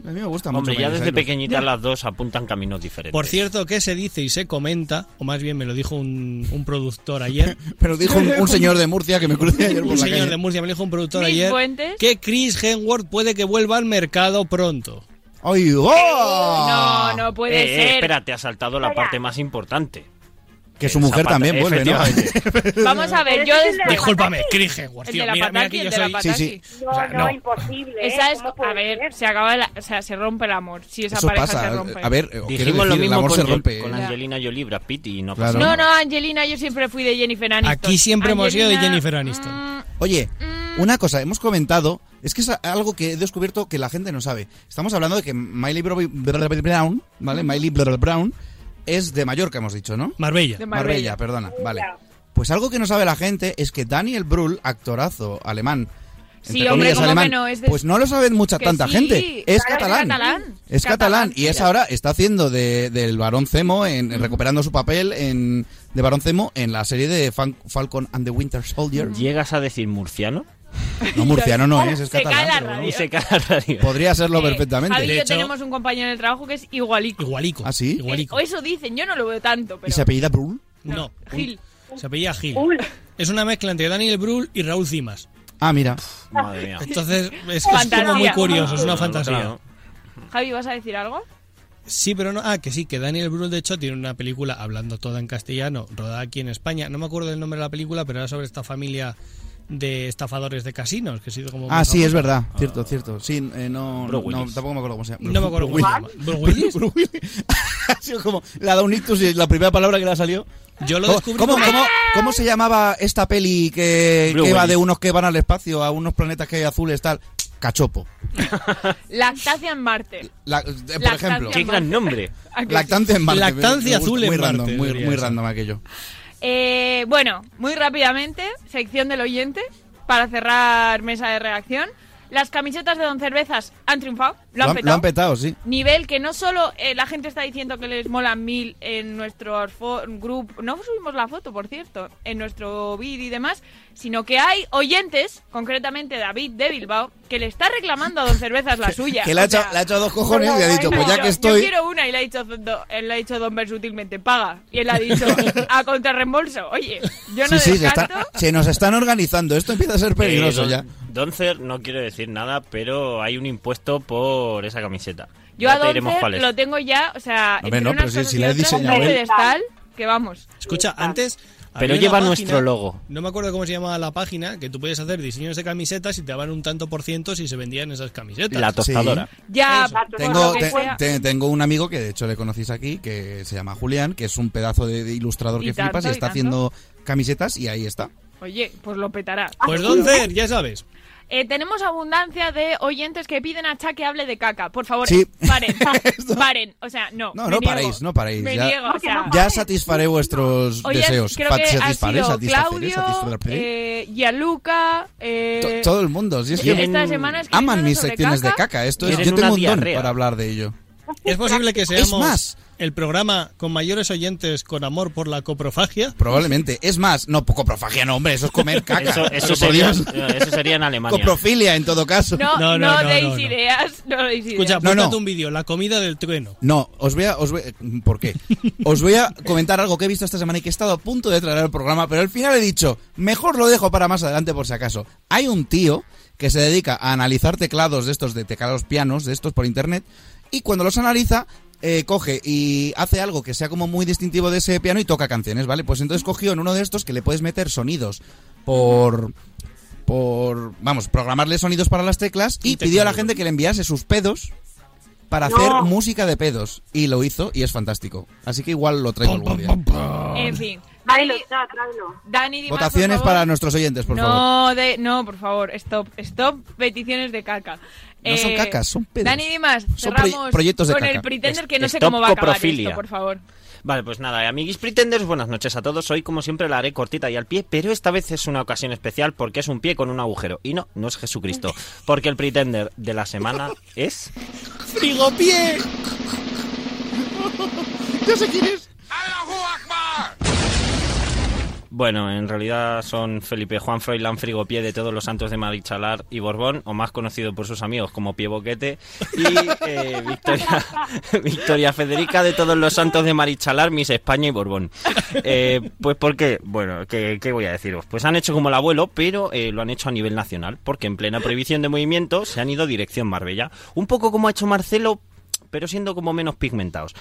Speaker 13: me gusta
Speaker 11: Hombre,
Speaker 1: mucho
Speaker 11: ya
Speaker 1: Miley
Speaker 11: desde
Speaker 1: Cyrus.
Speaker 11: pequeñitas las dos apuntan caminos diferentes. Eh,
Speaker 1: Por cierto, que se dice y se comenta, o más bien me lo dijo un, un productor ayer.
Speaker 13: Pero dijo un, un señor de Murcia que me crucé ayer por
Speaker 1: Un
Speaker 13: la
Speaker 1: señor
Speaker 13: calle.
Speaker 1: de Murcia me lo dijo un productor
Speaker 13: Mis
Speaker 1: ayer
Speaker 10: fuentes.
Speaker 1: que Chris Hemsworth puede que vuelva al mercado pronto.
Speaker 13: ¡Ay, oh!
Speaker 10: No, no puede
Speaker 11: Eh, eh,
Speaker 10: ser.
Speaker 11: espera, te ha saltado la parte más importante.
Speaker 13: Que su mujer
Speaker 11: Zapata,
Speaker 13: también vuelve, ¿no?
Speaker 10: Vamos a ver, yo.
Speaker 1: Discúlpame, Chris Hemsworth,
Speaker 10: El
Speaker 1: tío,
Speaker 10: de la
Speaker 1: mira, mira
Speaker 10: pataki,
Speaker 1: que
Speaker 10: el
Speaker 1: yo
Speaker 10: de la
Speaker 1: soy...
Speaker 10: pataki.
Speaker 12: No,
Speaker 1: O sea,
Speaker 12: no,
Speaker 1: no.
Speaker 12: imposible.
Speaker 10: Esa
Speaker 12: ¿eh?
Speaker 10: es,
Speaker 12: ¿Cómo
Speaker 10: a ver, se acaba, la- o sea, se rompe el amor. Si esa
Speaker 13: Eso
Speaker 10: pareja
Speaker 13: pasa.
Speaker 10: se rompe.
Speaker 13: A ver, eh, quiero
Speaker 11: Dijimos lo
Speaker 13: decir, el
Speaker 11: mismo
Speaker 13: amor
Speaker 11: con,
Speaker 13: se
Speaker 11: Yo-
Speaker 13: rompe.
Speaker 11: con
Speaker 13: ¿eh?
Speaker 11: Angelina Jolie, Brad Pitt y no
Speaker 13: Claro.
Speaker 11: pasa
Speaker 10: No,
Speaker 11: nada.
Speaker 10: no, Angelina, yo siempre fui de Jennifer Aniston.
Speaker 1: Aquí siempre hemos ido de
Speaker 10: Angelina- mm,
Speaker 1: Jennifer Aniston.
Speaker 13: Oye, una cosa, hemos comentado, es que es algo que he descubierto que la gente no sabe. Estamos hablando de que Miley Bro- Bro- Brown, ¿vale? Miley Bro- Brown es de Mallorca, hemos dicho, ¿no?
Speaker 1: Marbella.
Speaker 13: Marbella, perdona, vale. Pues algo que no sabe la gente es que Daniel Brühl, actorazo alemán,
Speaker 10: Sí,
Speaker 13: entre
Speaker 10: hombre,
Speaker 13: comillas,
Speaker 10: ¿cómo que
Speaker 13: alemán,
Speaker 10: no? Es de-
Speaker 13: pues no lo saben mucha
Speaker 10: Que
Speaker 13: tanta
Speaker 10: sí,
Speaker 13: gente. Es
Speaker 10: claro, es
Speaker 13: catalán.
Speaker 10: catalán.
Speaker 13: Es catalán y es ahora está haciendo de, del Barón Zemo en, en recuperando su papel en, de Barón Zemo en la serie de Fan- Falcon and the Winter Soldier.
Speaker 11: ¿Llegas a decir murciano?
Speaker 13: No, murciano no es, es
Speaker 10: Se cae
Speaker 13: catalán.
Speaker 10: la
Speaker 13: pero bueno.
Speaker 10: radio. Eh,
Speaker 11: Se cae la radio.
Speaker 13: Podría serlo perfectamente.
Speaker 10: Javi y yo tenemos un compañero en el trabajo que es igualico.
Speaker 1: Igualico.
Speaker 13: ¿Ah, sí?
Speaker 10: O eso dicen, yo no lo veo tanto,
Speaker 13: ¿Y
Speaker 10: pero.
Speaker 13: se apellida Brühl?
Speaker 1: No,
Speaker 10: Gil.
Speaker 1: se apellida Gil.
Speaker 10: Ul.
Speaker 1: Es una mezcla entre Daniel Brühl y Raúl Cimas.
Speaker 13: Ah, mira.
Speaker 11: Madre mía.
Speaker 1: Entonces, es, es
Speaker 10: Fantasía.
Speaker 1: como muy curioso, es una
Speaker 11: Claro,
Speaker 1: fantasía.
Speaker 11: claro.
Speaker 10: Javi, ¿vas a decir algo?
Speaker 1: Sí, pero no. Ah, que sí, que Daniel Brühl, de hecho, tiene una película hablando toda en castellano, rodada aquí en España. No me acuerdo del nombre de la película, pero era sobre esta familia de estafadores de casinos, que ha sido como.
Speaker 13: Ah,
Speaker 1: muy
Speaker 13: sí, es
Speaker 1: famosa.
Speaker 13: verdad. Cierto, cierto. Sí, eh, no,
Speaker 1: Bruce
Speaker 13: no,
Speaker 1: Willis.
Speaker 13: tampoco me acuerdo cómo se llama.
Speaker 1: No me acuerdo cómo se llama.
Speaker 13: Bruce Willis. Bruce Willis. ha sido como la da un ictus y es la primera palabra que le ha salido.
Speaker 1: Yo lo
Speaker 13: ¿Cómo-
Speaker 1: descubrí
Speaker 13: ¿Cómo,
Speaker 1: como-
Speaker 13: cómo, cómo se llamaba esta peli que,
Speaker 11: Bruce
Speaker 13: que va de
Speaker 11: Willis.
Speaker 13: unos que van al espacio a unos planetas que hay azules tal? Cachopo.
Speaker 10: Lactancia en Marte.
Speaker 13: La- eh, por
Speaker 10: Lactancia
Speaker 13: ejemplo.
Speaker 10: Qué gran
Speaker 11: nombre.
Speaker 13: Lactancia en Marte. me-
Speaker 1: Lactancia
Speaker 13: me gusta,
Speaker 1: azul
Speaker 13: muy
Speaker 1: en
Speaker 13: random,
Speaker 1: Marte,
Speaker 13: Muy,
Speaker 1: diría
Speaker 13: muy
Speaker 1: eso.
Speaker 13: random aquello.
Speaker 10: Eh, bueno, muy rápidamente, sección del oyente, para cerrar mesa de reacción. Las camisetas de Don Cervezas han triunfado, lo han petado.
Speaker 13: petado, sí.
Speaker 10: Nivel que no solo eh, la gente está diciendo que les mola mil en nuestro grupo, no subimos la foto, por cierto, en nuestro vídeo y demás, sino que hay oyentes, concretamente David de Bilbao, que le está reclamando a Don Cervezas la suya.
Speaker 13: Que le ha,
Speaker 10: O sea,
Speaker 13: hecho, le ha hecho a dos cojones y le ha dicho, pues ya
Speaker 10: yo-
Speaker 13: que
Speaker 10: yo
Speaker 13: estoy.
Speaker 10: quiero una y le ha dicho, do- él le ha dicho Don Ver sutilmente, paga. Y él le ha dicho, a contrarreembolso. Oye, yo no
Speaker 13: sí, sí, se,
Speaker 10: descarto.
Speaker 13: está- se nos están organizando. Esto empieza a ser peligroso
Speaker 11: Eh,
Speaker 13: ya.
Speaker 11: Don- Doncer no quiere decir nada, pero hay un impuesto por esa camiseta.
Speaker 10: Yo
Speaker 11: Ya
Speaker 10: a
Speaker 11: te diremos cuál
Speaker 10: Doncer
Speaker 11: es.
Speaker 10: lo tengo ya, o sea,
Speaker 11: Hombre,
Speaker 10: entre
Speaker 11: no,
Speaker 10: unas
Speaker 11: pero si-
Speaker 10: cosas
Speaker 11: si
Speaker 10: y
Speaker 11: la ha
Speaker 10: otras,
Speaker 11: diseñado
Speaker 10: un
Speaker 11: él.
Speaker 10: pedestal que vamos.
Speaker 1: Escucha, antes.
Speaker 11: Pero
Speaker 1: había
Speaker 11: lleva
Speaker 1: una
Speaker 11: nuestro logo.
Speaker 1: No me acuerdo cómo se llamaba la página, que tú podías hacer diseños de camisetas y te daban un tanto por ciento si se vendían esas camisetas.
Speaker 11: La tostadora.
Speaker 10: Ya, por
Speaker 13: Tengo,
Speaker 10: lo que
Speaker 13: te-
Speaker 10: sea.
Speaker 13: te- tengo un amigo que de hecho le conocéis aquí, que se llama Julián, que es un pedazo de, de ilustrador
Speaker 10: Y
Speaker 13: que
Speaker 10: tanto,
Speaker 13: flipas y
Speaker 10: y
Speaker 13: está
Speaker 10: tanto.
Speaker 13: haciendo camisetas y ahí está.
Speaker 10: Oye, pues lo petará.
Speaker 1: Pues Doncer, ya sabes.
Speaker 10: Eh, tenemos abundancia de oyentes que piden a Cha que hable de caca. Por favor,
Speaker 13: Sí.
Speaker 10: paren, paren. O sea, no.
Speaker 13: No,
Speaker 10: me
Speaker 13: no
Speaker 10: niego.
Speaker 13: paréis, no paréis.
Speaker 10: Me
Speaker 13: ya,
Speaker 10: niego, o sea-
Speaker 13: ya satisfaré vuestros
Speaker 10: Ah, Oye,
Speaker 13: deseos.
Speaker 10: creo
Speaker 13: Fat-
Speaker 10: que ha
Speaker 13: satisfaré,
Speaker 10: sido
Speaker 13: satisfaceré,
Speaker 10: Claudio,
Speaker 13: satisfaré.
Speaker 10: eh, Gianluca, eh,
Speaker 13: To- Todo el mundo. si es que
Speaker 10: esta semana es que
Speaker 13: aman
Speaker 10: hablando
Speaker 13: mis
Speaker 10: sobre
Speaker 13: secciones
Speaker 10: caca.
Speaker 13: de caca. Esto es,
Speaker 11: Quieren
Speaker 13: yo
Speaker 11: una
Speaker 13: tengo un don
Speaker 11: diarrea.
Speaker 13: para hablar de ello.
Speaker 1: ¿Es posible que seamos
Speaker 13: más.
Speaker 1: el programa con mayores oyentes con amor por la coprofagia?
Speaker 13: Probablemente. Es más, no, coprofagia no, hombre, eso es comer caca.
Speaker 11: Eso,
Speaker 13: Pero
Speaker 11: eso,
Speaker 13: por
Speaker 11: sería, eh,
Speaker 13: Dios.
Speaker 11: eso sería en Alemania.
Speaker 13: Coprofilia en todo caso.
Speaker 10: No, no,
Speaker 1: no, no,
Speaker 10: deis
Speaker 1: no, no.
Speaker 10: ideas, no deis ideas.
Speaker 1: Escucha,
Speaker 13: No, no.
Speaker 1: búscate un vídeo, la comida del trueno.
Speaker 13: No, os voy a... Os voy- ¿Por qué? Os voy a comentar algo que he visto esta semana y que he estado a punto de traer al programa, pero al final he dicho, mejor lo dejo para más adelante por si acaso. Hay un tío que se dedica a analizar teclados de estos, de teclados pianos, de estos por internet, y cuando los analiza, eh, coge y hace algo que sea como muy distintivo de ese piano y toca canciones, ¿vale? Pues entonces cogió en uno de estos que le puedes meter sonidos por por vamos programarle sonidos para las teclas y pidió a la gente que le enviase sus pedos para
Speaker 10: No.
Speaker 13: hacer música de pedos y lo hizo y es fantástico así que igual lo traigo algún día
Speaker 10: En fin.
Speaker 12: Tráelo,
Speaker 10: Dani-
Speaker 12: Cha, tráelo.
Speaker 10: Dani Dimas,
Speaker 13: votaciones
Speaker 10: por favor.
Speaker 13: para nuestros oyentes por
Speaker 10: no,
Speaker 13: favor
Speaker 10: de- no, por favor, stop, stop, peticiones de caca. Eh,
Speaker 13: No son cacas, son pedos.
Speaker 10: Dani Dimas,
Speaker 13: Son
Speaker 10: cerramos
Speaker 13: proye- proyectos de
Speaker 10: con el
Speaker 11: caca.
Speaker 10: pretender que no sé
Speaker 11: Stop
Speaker 10: cómo va a acabar
Speaker 11: coprofilia.
Speaker 10: esto, por favor.
Speaker 11: Vale, pues nada, amiguis pretenders, buenas noches a todos. Hoy, como siempre, la haré cortita y al pie, pero esta vez es una ocasión especial porque es un pie con un agujero. Y no, no es Jesucristo, porque el pretender de la semana es...
Speaker 1: ¡Frigopié!
Speaker 13: ¡Ya sé quién es!
Speaker 11: Bueno, en realidad son Felipe Juan Froilán Frigopié de todos los santos de Marichalar y Borbón, o más conocido por sus amigos como Pie Boquete, y eh, Victoria, Victoria Federica de todos los santos de Marichalar, Miss España y Borbón. Eh, pues ¿por qué? Bueno, ¿qué, qué voy a deciros? Pues han hecho como el abuelo, pero eh, lo han hecho a nivel nacional, porque en plena prohibición de movimiento se han ido dirección Marbella. Un poco como ha hecho Marcelo, pero siendo como menos pigmentados.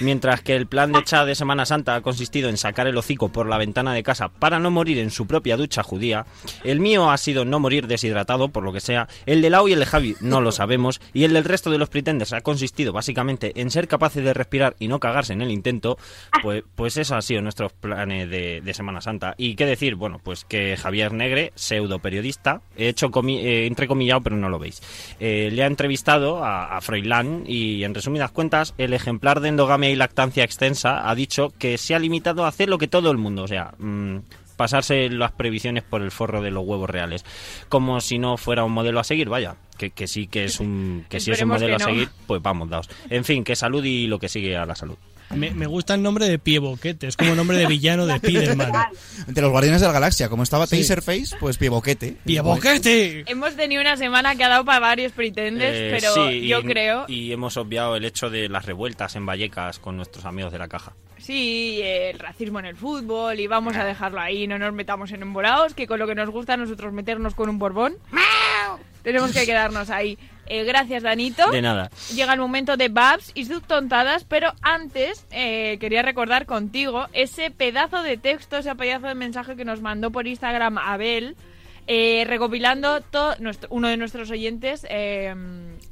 Speaker 11: Mientras que el plan de Chad de Semana Santa ha consistido en sacar el hocico por la ventana de casa para no morir en su propia ducha judía, el mío ha sido no morir deshidratado, por lo que sea, el de Lau y el de Javi no lo sabemos, y el del resto de los pretenders ha consistido básicamente en ser capaces de respirar y no cagarse en el intento, pues, pues eso ha sido nuestros planes de, de Semana Santa. Y qué decir, bueno, pues que Javier Negre, pseudo periodista, he hecho comi eh, entrecomillado, pero no lo veis, eh, le ha entrevistado a, a Froilán y en resumidas cuentas, el ejemplar de endogamia y lactancia extensa ha dicho que se ha limitado a hacer lo que todo el mundo, o sea, mm, pasarse las previsiones por el forro de los huevos reales, como si no fuera un modelo a seguir, vaya, que, que sí que es un que si es un
Speaker 10: Esperemos
Speaker 11: modelo
Speaker 10: que
Speaker 11: a
Speaker 10: no.
Speaker 11: seguir, pues vamos, daos. En fin, que salud y lo que sigue a la salud.
Speaker 1: Me, me gusta el nombre de Pie Boquete, es como nombre de villano de Spiderman.
Speaker 13: Entre los Guardianes de la Galaxia, como estaba Taserface, pues Pieboquete.
Speaker 1: ¡Pieboquete!
Speaker 10: Hemos tenido una semana que ha dado para varios pretenders,
Speaker 11: Eh,
Speaker 10: pero
Speaker 11: sí,
Speaker 10: yo
Speaker 11: y-
Speaker 10: creo.
Speaker 11: Y hemos obviado el hecho de las revueltas en Vallecas con nuestros amigos de la caja.
Speaker 10: Sí, el racismo en el fútbol, y vamos a dejarlo ahí, no nos metamos en embolados, que con lo que nos gusta a nosotros meternos con un borbón. Tenemos que quedarnos ahí. Eh, gracias, Danito.
Speaker 11: De nada.
Speaker 10: Llega el momento de Babs y sus tontadas, pero antes eh, quería recordar contigo ese pedazo de texto, ese pedazo de mensaje que nos mandó por Instagram Abel, eh, recopilando todo uno de nuestros oyentes, eh,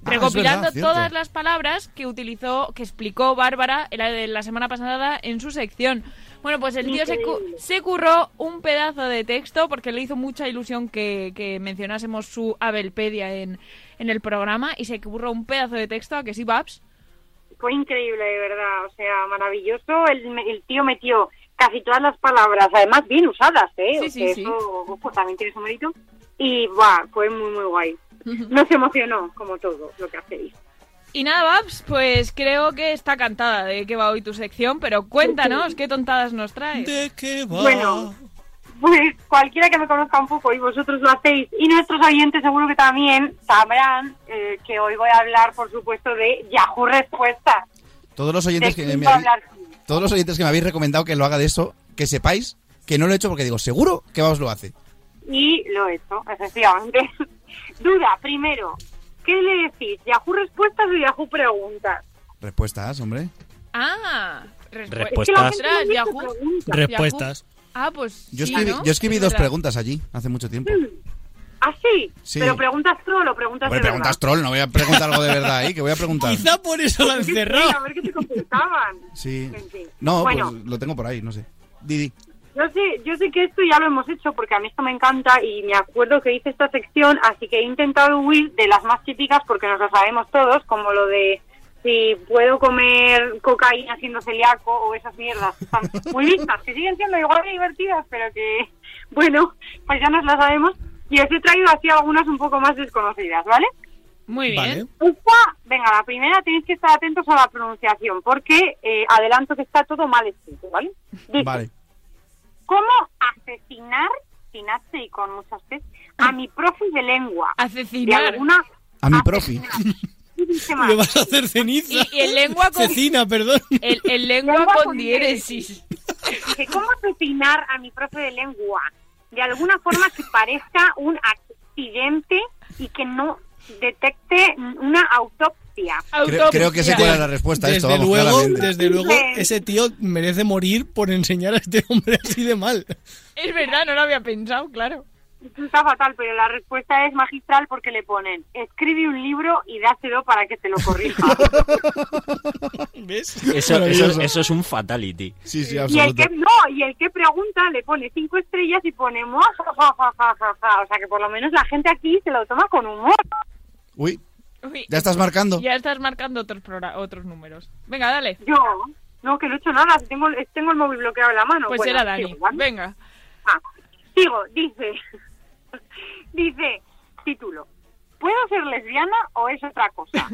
Speaker 15: Ah,
Speaker 10: recopilando
Speaker 15: es verdad,
Speaker 10: todas
Speaker 15: cierto.
Speaker 10: las palabras que utilizó, que explicó Bárbara en la, de la semana pasada en su sección. Bueno, pues el tío se, cu- se curró un pedazo de texto porque le hizo mucha ilusión que, que mencionásemos su Abelpedia en, en el programa y se curró un pedazo de texto a que sí, Babs.
Speaker 12: Fue increíble, de verdad, o sea, maravilloso. El, el tío metió casi todas las palabras, además bien usadas, ¿eh?
Speaker 10: Sí,
Speaker 12: O
Speaker 10: sí,
Speaker 12: sea,
Speaker 10: sí.
Speaker 12: eso ojo, también tiene su mérito. Y, va, fue muy, muy guay. Nos emocionó, como todo lo que hacéis.
Speaker 10: Y nada, Babs, pues creo que está cantada de qué va hoy tu sección, pero cuéntanos qué tontadas nos traes.
Speaker 1: ¿De qué va?
Speaker 12: Bueno, pues cualquiera que me conozca un poco y vosotros lo hacéis, y nuestros oyentes seguro que también sabrán eh, que hoy voy a hablar, por supuesto, de Yahoo Respuestas.
Speaker 13: Todos los oyentes
Speaker 12: ¿De
Speaker 13: que
Speaker 12: quién
Speaker 13: me
Speaker 12: va a
Speaker 13: habéis,
Speaker 12: hablar?
Speaker 13: todos los oyentes que me habéis recomendado que lo haga de eso, que sepáis que no lo he hecho porque digo, seguro que Babs lo hace.
Speaker 12: Y lo he hecho, efectivamente. Duda, primero, ¿qué le decís? ¿Yahoo Respuestas o Yahoo Preguntas?
Speaker 13: Respuestas, hombre.
Speaker 10: Ah, respu-
Speaker 13: Respuestas. Es que la gente
Speaker 10: Ostras, Yahoo.
Speaker 13: Respuestas.
Speaker 10: Yahoo. Ah, pues
Speaker 13: Yo
Speaker 10: sí,
Speaker 13: escribí,
Speaker 10: ¿no?
Speaker 13: yo escribí
Speaker 10: Es
Speaker 13: dos
Speaker 10: verdad. Mm,
Speaker 13: preguntas allí hace mucho tiempo.
Speaker 12: ¿Ah, sí?
Speaker 13: Sí.
Speaker 12: ¿Pero preguntas troll o preguntas
Speaker 13: Hombre,
Speaker 12: de
Speaker 13: preguntas troll, no voy a preguntar algo de verdad ahí, que voy a preguntar.
Speaker 1: Quizá por eso la
Speaker 12: verdad?
Speaker 1: encerró.
Speaker 12: Sí, a ver qué te contestaban.
Speaker 13: Sí.
Speaker 12: En fin.
Speaker 13: No,
Speaker 12: bueno,
Speaker 13: pues lo tengo por ahí, no sé. Didi.
Speaker 12: Yo sé, yo sé que esto ya lo hemos hecho porque a mí esto me encanta y me acuerdo que hice esta sección, así que he intentado huir de las más típicas porque nos lo sabemos todos, como lo de si puedo comer cocaína siendo celíaco o esas mierdas. que Están muy listas, que siguen siendo igual de divertidas, pero que, bueno, pues ya nos las sabemos. Y os he traído así algunas un poco más desconocidas, ¿vale?
Speaker 10: Muy
Speaker 1: bien.
Speaker 12: Esta, venga, la primera tenéis que estar atentos a la pronunciación porque eh, adelanto que está todo mal escrito, ¿vale? Dice,
Speaker 13: Vale.
Speaker 12: ¿Cómo asesinar, sin H y con muchas Cs, a mi profe de lengua?
Speaker 10: Asesinar.
Speaker 12: De alguna...
Speaker 13: A
Speaker 10: Ah,
Speaker 13: mi profi.
Speaker 12: dice más.
Speaker 1: Le vas a hacer ceniza.
Speaker 10: Y- y en lengua con-
Speaker 1: Cecina, perdón.
Speaker 10: El, el lengua,
Speaker 12: Lengua
Speaker 10: con
Speaker 12: con
Speaker 10: diéresis.
Speaker 12: Dice, ¿Cómo asesinar a mi profe de lengua? De alguna forma que parezca un accidente y que no detecte una autopsia.
Speaker 13: Creo, creo que sé cuál es la respuesta a esto.
Speaker 1: Desde
Speaker 13: vamos,
Speaker 1: luego,
Speaker 13: claramente.
Speaker 1: desde luego, ese tío merece morir por enseñar a este hombre así de mal.
Speaker 10: Es verdad, no lo había pensado, claro.
Speaker 12: Está fatal, pero la respuesta es magistral porque le ponen, escribe un libro y dáselo para que te lo corrija.
Speaker 1: ¿Ves?
Speaker 11: Eso,
Speaker 13: Maravilloso.
Speaker 11: eso, eso es un fatality.
Speaker 13: Sí, sí,
Speaker 12: y el que no, y el que pregunta le pone cinco estrellas y pone "Mua, ja, ja, ja, ja, ja, ja". O sea que por lo menos la gente aquí se lo toma con humor.
Speaker 13: Uy,
Speaker 10: Uy,
Speaker 13: ya estás marcando.
Speaker 10: Ya estás marcando otros, progra- otros números. Venga, dale.
Speaker 12: Yo, no, que no he hecho nada, si tengo, el- tengo el móvil bloqueado en la mano.
Speaker 10: Pues
Speaker 12: Bueno,
Speaker 10: era Dani.
Speaker 12: sigo, ¿vale?
Speaker 10: Venga.
Speaker 12: Ah, sigo, dice, dice, título, ¿puedo ser lesbiana o es otra cosa?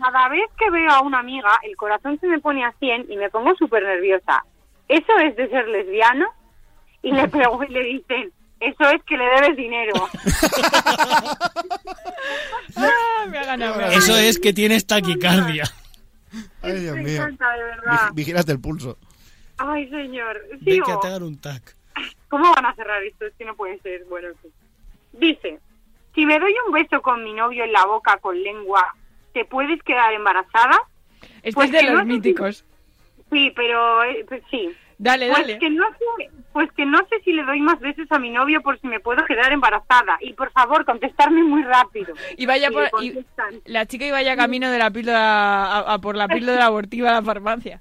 Speaker 10: Cada vez que veo a una amiga, el corazón se me pone a 100 y me pongo súper nerviosa. ¿Eso es de ser lesbiana? Y le, pregun- y le dicen, eso es que le debes dinero.
Speaker 12: Ah, me ha ganado, me ha
Speaker 1: Eso
Speaker 12: ganado.
Speaker 1: es que tienes taquicardia.
Speaker 13: Ay, Dios
Speaker 10: me
Speaker 13: mío.
Speaker 10: encanta, de verdad.
Speaker 13: Vigi- Vigilaste el pulso.
Speaker 10: Ay, señor.
Speaker 1: Ve
Speaker 10: Sigo.
Speaker 1: que te hagan un tac.
Speaker 10: ¿Cómo van a cerrar esto? Es que no puede ser. Bueno, en fin. Dice, si me doy un beso con mi novio en la boca con lengua, ¿te puedes quedar embarazada?
Speaker 12: Este
Speaker 10: Pues
Speaker 12: es de
Speaker 10: que no
Speaker 12: los
Speaker 10: sé si-
Speaker 12: míticos.
Speaker 10: Sí, pero eh, pues sí.
Speaker 12: Dale,
Speaker 10: pues
Speaker 12: dale.
Speaker 10: Que no sé, pues que no sé si le doy más besos a mi novio por si me puedo quedar embarazada. Y por favor, contestarme muy rápido.
Speaker 12: Y vaya
Speaker 10: le
Speaker 12: por- y-
Speaker 10: contestan,
Speaker 12: La chica iba ya camino de la píldora a, a por la píldora abortiva a la farmacia.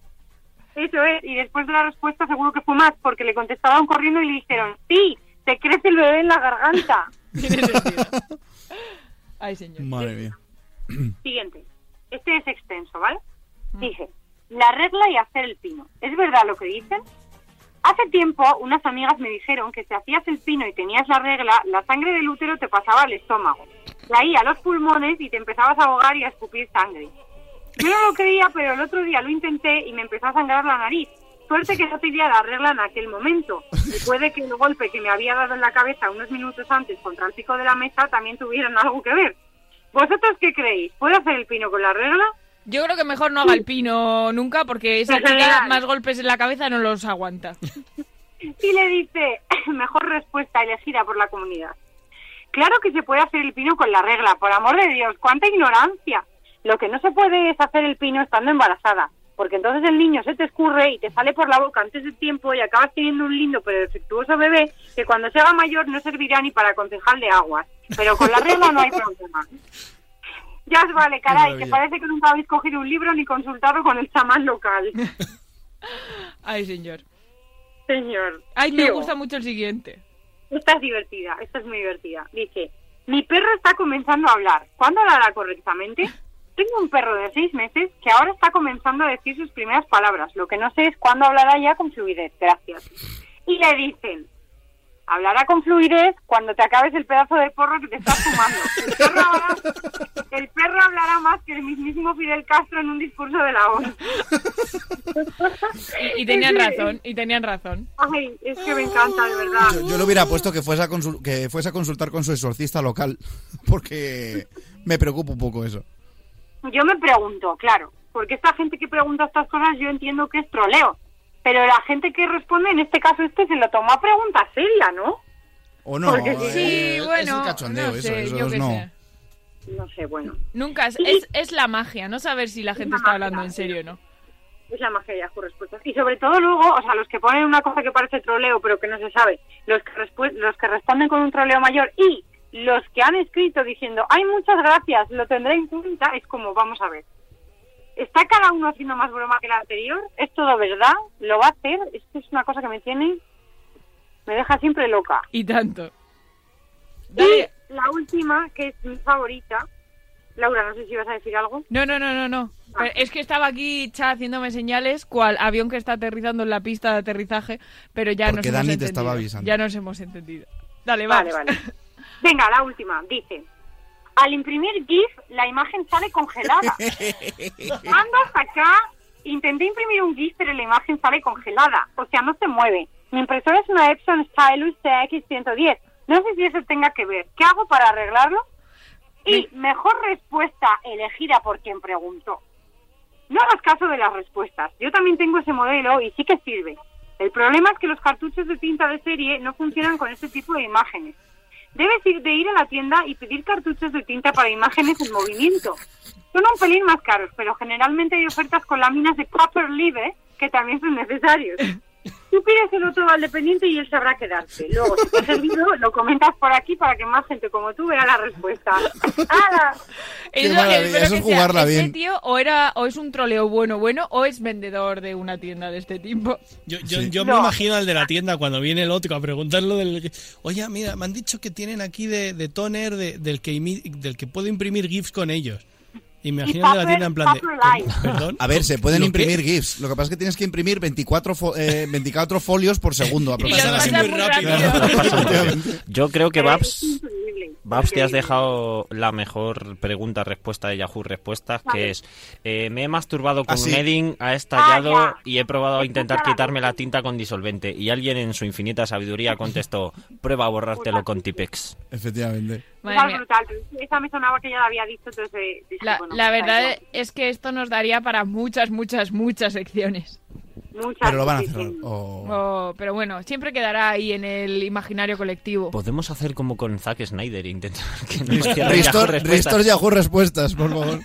Speaker 10: Eso es. Y después de la respuesta seguro que fue más, porque le contestaban corriendo y le dijeron, sí, te crece el bebé en la garganta.
Speaker 12: Ay, señor.
Speaker 13: Madre mía.
Speaker 10: Siguiente. Este es extenso, ¿vale? Dice, la regla y hacer el pino. ¿Es verdad lo que dicen? Hace tiempo unas amigas me dijeron que si hacías el pino y tenías la regla, la sangre del útero te pasaba al estómago, la ia a los pulmones y te empezabas a ahogar y a escupir sangre. Yo no lo creía, pero el otro día lo intenté y me empezó a sangrar la nariz. Suerte que no tenía la regla en aquel momento. Y puede que el golpe que me había dado en la cabeza unos minutos antes contra el pico de la mesa también tuvieran algo que ver. ¿Vosotros qué creéis? ¿Puedo hacer el pino con la regla?
Speaker 12: Yo creo que mejor no haga el pino nunca porque esa
Speaker 10: En general.
Speaker 12: chica más golpes en la cabeza no los aguanta.
Speaker 10: Y le dice, mejor respuesta elegida por la comunidad. Claro que se puede hacer el pino con la regla, por amor de Dios, cuánta ignorancia. Lo que no se puede es hacer el pino estando embarazada, porque entonces el niño se te escurre y te sale por la boca antes de tiempo y acabas teniendo un lindo pero defectuoso bebé que cuando se haga mayor no servirá ni para concejal de aguas. Pero con la regla no hay problema. Ya os vale, caray, que
Speaker 12: maravilla.
Speaker 10: parece que nunca habéis cogido un libro ni consultado con el chamán local.
Speaker 12: Ay, señor.
Speaker 10: Señor.
Speaker 12: Ay, me
Speaker 10: Sigo.
Speaker 12: gusta mucho el siguiente.
Speaker 10: Esta es divertida, esta es muy divertida. Dice, mi perro está comenzando a hablar. ¿Cuándo lo hará correctamente? Tengo un perro de seis meses que ahora está comenzando a decir sus primeras palabras. Lo que no sé es cuándo hablará ya con fluidez. Gracias. Y le dicen, hablará con fluidez cuando te acabes el pedazo de porro que te estás fumando. El perro, hablará- el perro hablará más que el mismísimo Fidel Castro en un discurso de la E. ONU.
Speaker 12: Y, y tenían razón, y tenían razón.
Speaker 10: Ay, es que me encanta, de verdad.
Speaker 13: Yo, yo le hubiera puesto que fuese, a consul- que fuese a consultar con su exorcista local, porque me preocupa un poco eso.
Speaker 10: Yo me pregunto, claro, porque esta gente que pregunta estas cosas yo entiendo que es troleo, pero la gente que responde, en este caso este, se lo tomó a pregunta seria, ¿no?
Speaker 13: O no,
Speaker 10: Porque
Speaker 13: eh,
Speaker 12: sí,
Speaker 13: es
Speaker 12: bueno,
Speaker 13: un cachondeo
Speaker 12: no
Speaker 13: eso,
Speaker 12: sé,
Speaker 13: eso
Speaker 12: yo
Speaker 13: es
Speaker 12: qué
Speaker 13: no.
Speaker 12: sé.
Speaker 10: No sé, bueno,
Speaker 12: Nunca es, es, es la magia, no saber si la gente está hablando en serio o no.
Speaker 10: es la magia de las respuestas. Y sobre todo luego, o sea, los que ponen una cosa que parece troleo pero que no se sabe, los que, respu- los que responden con un troleo mayor y los que han escrito diciendo, ay, muchas gracias, lo tendré en cuenta, es como, vamos a ver. ¿Está cada uno haciendo más broma que el anterior? ¿Es todo verdad? ¿Lo va a hacer? Esto es una cosa que me tiene... Me deja siempre loca.
Speaker 12: Y tanto. Dale.
Speaker 10: Y la última, que es mi favorita. Laura, no sé si vas a decir algo.
Speaker 12: No, no, no, no, no. Pero es que estaba aquí Cha haciéndome señales, cual avión que está aterrizando en la pista de aterrizaje, pero ya
Speaker 13: Porque Dani
Speaker 12: nos
Speaker 13: te
Speaker 12: hemos entendido.
Speaker 13: estaba avisando.
Speaker 12: Ya nos hemos entendido. Dale,
Speaker 10: Vale,
Speaker 12: vamos.
Speaker 10: vale. Venga, la última. Dice, al imprimir GIF, la imagen sale congelada. Ando hasta acá, intenté imprimir un GIF, pero la imagen sale congelada. O sea, no se mueve. Mi impresora es una Epson Stylus CX110. No sé si eso tenga que ver. ¿Qué hago para arreglarlo? Y mejor respuesta elegida por quien preguntó. No hagas caso de las respuestas. Yo también tengo ese modelo y sí que sirve. El problema es que los cartuchos de tinta de serie no funcionan con este tipo de imágenes. Debes ir de ir a la tienda y pedir cartuchos de tinta para imágenes en movimiento. Son un pelín más caros, pero generalmente hay ofertas con láminas de copper libre que también son necesarios. Tú pídeselo todo al dependiente y él sabrá quedarse. Luego, si te ha servido, lo comentas por aquí para que más gente como tú vea la respuesta. ¡Hala!
Speaker 13: Qué maravilla,
Speaker 12: espero
Speaker 13: eso
Speaker 12: que
Speaker 13: es
Speaker 12: sea,
Speaker 13: jugarla
Speaker 12: este
Speaker 13: bien.
Speaker 12: tío o, era, o es un troleo bueno, bueno, o es vendedor de una tienda de este tipo.
Speaker 1: Yo, yo- yo me imagino al de la tienda cuando viene el otro a preguntarlo del... Oye, mira, me han dicho que tienen aquí de, de toner de- del, que imi- del que puedo imprimir GIFs con ellos. Y me imagino al de la tienda en plan de... Perdón.
Speaker 13: A ver, se pueden
Speaker 1: ¿Lo
Speaker 13: imprimir GIFs. Lo que pasa es que tienes que imprimir 24, fo- eh, 24 folios por segundo.
Speaker 1: Y los pasas muy rápido.
Speaker 13: Claro.
Speaker 11: Yo creo que Babs, Babs, te has dejado la mejor pregunta-respuesta de Yahoo Respuestas, que es, eh, me he masturbado con
Speaker 13: Ah, sí.
Speaker 11: un edding, ha estallado y he probado a intentar quitarme la tinta con disolvente. Y alguien en su infinita sabiduría contestó, prueba a borrártelo con Tipex.
Speaker 13: Efectivamente.
Speaker 10: Madre mía.
Speaker 12: brutal. Esa me sonaba que ya la había visto, entonces... dije,
Speaker 10: La,
Speaker 12: bueno,
Speaker 10: la
Speaker 12: pues, da
Speaker 10: verdad es que esto nos daría para muchas, muchas, muchas secciones.
Speaker 12: igual. Muchas
Speaker 13: Pero lo van a
Speaker 12: veces.
Speaker 13: cerrar. o-
Speaker 10: Oh, pero bueno, siempre quedará ahí en el imaginario colectivo.
Speaker 11: Podemos hacer como con Zack Snyder, e intentar que no cierre Yahoo
Speaker 13: Restore,
Speaker 11: Respuestas.
Speaker 13: restore Yahoo respuestas, por favor.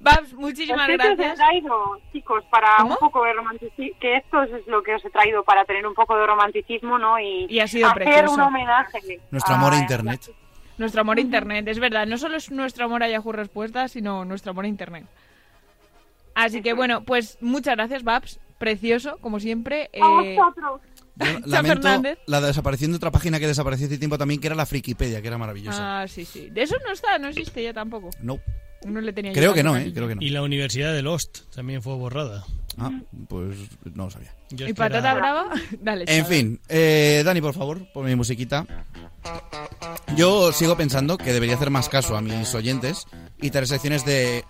Speaker 10: Babs, muchísimas
Speaker 12: Es que os he
Speaker 10: gracias.
Speaker 12: traído, chicos, para un poco de romanticismo, que esto es lo que os he traído para tener un poco de romanticismo, ¿no? Y,
Speaker 10: Y ha sido
Speaker 12: hacer
Speaker 10: precioso.
Speaker 12: un homenaje.
Speaker 13: Nuestro amor a
Speaker 12: a-
Speaker 13: internet.
Speaker 10: Nuestro amor a Internet, es verdad, no solo es nuestro amor a Yahoo Respuestas, sino nuestro amor a Internet. Así que bueno, pues muchas gracias, Babs. Precioso, como siempre.
Speaker 12: A
Speaker 10: Eh,
Speaker 12: vosotros.
Speaker 13: Yo
Speaker 10: Cha
Speaker 13: lamento
Speaker 10: Fernández.
Speaker 13: la desaparición de otra página que desapareció hace tiempo también, que era la Frikipedia, que era maravillosa.
Speaker 10: Ah, sí, sí. De eso no está, no existe ya tampoco.
Speaker 13: No,
Speaker 10: No le tenía yo
Speaker 13: creo que
Speaker 10: tanto
Speaker 13: no,
Speaker 10: cariño.
Speaker 13: ¿eh? Creo que no.
Speaker 1: Y la Universidad de Lost también fue borrada.
Speaker 13: Ah, pues no lo sabía.
Speaker 1: Yo
Speaker 10: ¿Y
Speaker 1: es que era-
Speaker 10: patata brava? Dale.
Speaker 13: En
Speaker 10: chaval.
Speaker 13: fin, eh, Dani, por favor, pon mi musiquita. Yo sigo pensando que debería hacer más caso a mis oyentes y tener secciones de,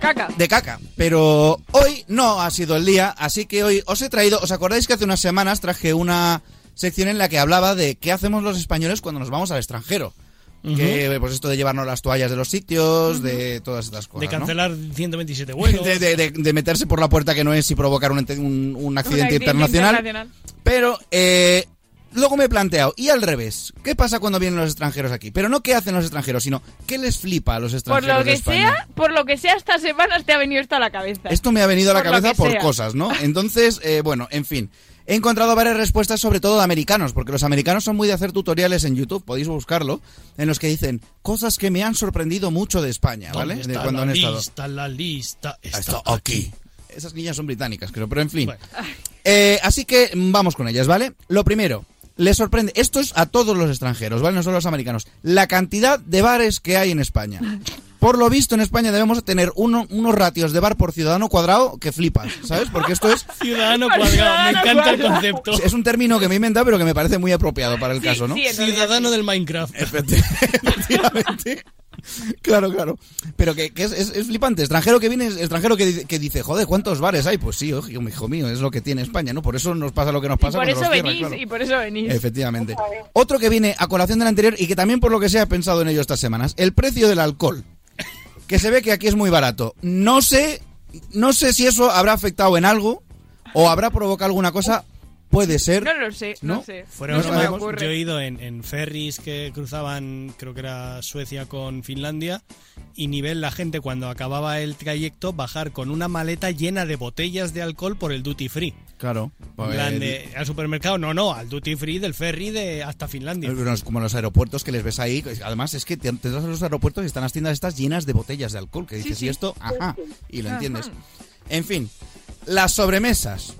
Speaker 10: Caca.
Speaker 13: de caca. Pero hoy no ha sido el día, así que hoy os he traído. ¿Os acordáis que hace unas semanas traje una sección en la que hablaba de qué hacemos los españoles cuando nos vamos al extranjero? Que, pues esto de llevarnos las toallas de los sitios, de todas estas cosas.
Speaker 1: De
Speaker 13: ¿no?
Speaker 1: cancelar 127 vuelos.
Speaker 13: de, de- de- de meterse por la puerta que no es y provocar un, ente- un- un accidente
Speaker 10: Un
Speaker 13: internacional. Pero eh, luego me he planteado, y al revés, ¿qué pasa cuando vienen los extranjeros aquí? Pero no qué hacen los extranjeros, sino qué les flipa a los
Speaker 10: Por
Speaker 13: extranjeros.
Speaker 10: lo
Speaker 13: de
Speaker 10: que
Speaker 13: España?
Speaker 10: sea, por lo que sea, estas semanas te ha venido esto a la cabeza.
Speaker 13: Esto me ha venido a la
Speaker 10: Por lo
Speaker 13: cabeza
Speaker 10: que
Speaker 13: por
Speaker 10: sea.
Speaker 13: cosas, ¿no? Entonces, eh, bueno, en fin. He encontrado varias respuestas, sobre todo de americanos, porque los americanos son muy de hacer tutoriales en YouTube, podéis buscarlo, en los que dicen cosas que me han sorprendido mucho de España, ¿vale?
Speaker 1: ¿Dónde
Speaker 13: De
Speaker 1: está
Speaker 13: cuando
Speaker 1: la
Speaker 13: han estado.
Speaker 1: lista, la lista está,
Speaker 13: Está aquí. Esas niñas son británicas, creo, pero en fin. Eh, así que mm, vamos con ellas, ¿vale? Lo primero, les sorprende, esto es a todos los extranjeros, ¿vale? No solo a los americanos, la cantidad de bares que hay en España. Por lo visto, en España debemos tener uno- unos ratios de bar por ciudadano cuadrado que flipas, ¿sabes? Porque esto es...
Speaker 1: Ciudadano cuadrado, me encanta el concepto.
Speaker 13: Es un término que me he inventado, pero que me parece muy apropiado para el caso, ¿no?
Speaker 1: Ciudadano del Minecraft.
Speaker 13: Efectivamente. Claro, claro. Pero que, que es, es- es flipante. Extranjero que viene, extranjero que, dice- que dice, joder, ¿cuántos bares hay? Pues sí, ojo, hijo mío, es lo que tiene España, ¿no? Por eso nos pasa lo que nos
Speaker 10: Y
Speaker 13: pasa.
Speaker 10: por
Speaker 13: cuando
Speaker 10: eso
Speaker 13: nos cierran,
Speaker 10: venís,
Speaker 13: claro.
Speaker 10: y por eso venís.
Speaker 13: Efectivamente. Otro que viene a colación del anterior y que también por lo que sea he pensado en ello estas semanas, el precio del alcohol. Que se ve que aquí es muy barato. No sé, no sé si eso habrá afectado en algo o habrá provocado alguna cosa. Puede ser.
Speaker 10: No lo sé, no,
Speaker 13: ¿No?
Speaker 10: sé.
Speaker 1: Fuera
Speaker 13: No
Speaker 1: de
Speaker 13: se
Speaker 1: broma,
Speaker 13: me ocurre.
Speaker 1: yo he ido en, en ferries que cruzaban, creo que era Suecia con Finlandia, y nivel la gente cuando acababa el trayecto bajar con una maleta llena de botellas de alcohol por el duty free.
Speaker 13: Claro.
Speaker 1: En plan de, al supermercado, no, no, al duty free del ferry de hasta Finlandia.
Speaker 13: Pero es como los aeropuertos que les ves ahí. Además, es que te te vas a los aeropuertos y están las tiendas estas llenas de botellas de alcohol. Que
Speaker 1: Sí,
Speaker 13: dices,
Speaker 1: sí.
Speaker 13: y esto, ajá, y lo
Speaker 1: Ajá.
Speaker 13: entiendes. En fin, las sobremesas.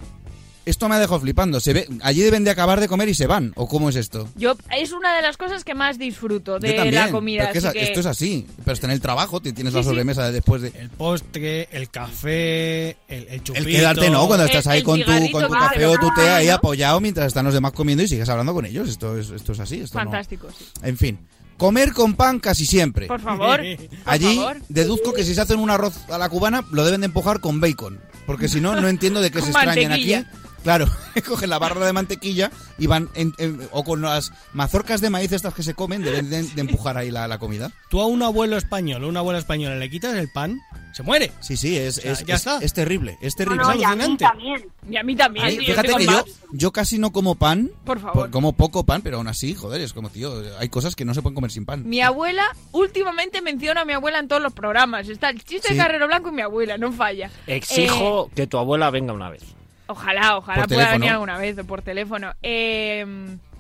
Speaker 13: Esto me ha dejado flipando. Se ve, allí deben de acabar de comer y se van. ¿O cómo es esto?
Speaker 10: Yo, es una de las cosas que más disfruto
Speaker 13: Yo
Speaker 10: de
Speaker 13: también.
Speaker 10: la
Speaker 13: pero
Speaker 10: comida.
Speaker 13: es que
Speaker 10: así
Speaker 13: esa-
Speaker 10: que-
Speaker 13: Esto es así. Pero está en el trabajo, te tienes la
Speaker 10: Sí, sí.
Speaker 13: sobremesa de después de.
Speaker 1: El postre, el café, el, el chupito.
Speaker 13: El quedarte no, cuando estás
Speaker 1: El-
Speaker 13: ahí
Speaker 1: el
Speaker 13: con tu,
Speaker 1: cigarrito
Speaker 13: con tu
Speaker 1: que
Speaker 13: café
Speaker 1: te
Speaker 13: o
Speaker 1: lo
Speaker 13: tu té
Speaker 10: Ah,
Speaker 1: dan,
Speaker 13: ahí
Speaker 1: ¿no?
Speaker 13: apoyado mientras están los demás comiendo y sigues hablando con ellos. Esto es, esto es así. Esto no-
Speaker 10: Fantástico, sí.
Speaker 13: En fin. Comer con pan casi siempre.
Speaker 10: Por favor.
Speaker 13: Allí
Speaker 10: favor.
Speaker 13: deduzco que si se hacen un arroz a la cubana, lo deben de empujar con bacon. Porque si no, no entiendo de qué se
Speaker 10: Con
Speaker 13: extrañan aquí.
Speaker 10: mantequilla.
Speaker 13: Claro, cogen la barra de mantequilla y van. en- en- o con las mazorcas de maíz estas que se comen, deben de, de empujar ahí la, la comida.
Speaker 1: Tú a un abuelo español o una abuela española le quitas el pan, se muere.
Speaker 13: Sí, sí, es,
Speaker 1: sea,
Speaker 13: es-
Speaker 1: ya
Speaker 13: es-
Speaker 1: está.
Speaker 13: es terrible. Es terrible.
Speaker 1: No, no, y a mí Alucinante.
Speaker 12: también.
Speaker 10: Y a mí también.
Speaker 13: Ay,
Speaker 10: sí, yo
Speaker 13: fíjate
Speaker 10: estoy
Speaker 13: que
Speaker 10: con
Speaker 13: yo,
Speaker 10: Babs.
Speaker 13: yo casi no como pan,
Speaker 10: Por favor.
Speaker 13: como poco pan, pero aún así, joder, es como, tío, hay cosas que no se pueden comer sin pan.
Speaker 10: Mi abuela, últimamente menciona a mi abuela en todos los programas. Está el chiste
Speaker 13: Sí.
Speaker 10: de Carrero Blanco y mi abuela, no falla. Eh,
Speaker 11: Exijo que tu abuela venga una vez.
Speaker 10: ojalá, ojalá
Speaker 11: Por
Speaker 10: pueda
Speaker 11: teléfono.
Speaker 10: venir alguna vez o por teléfono. Eh,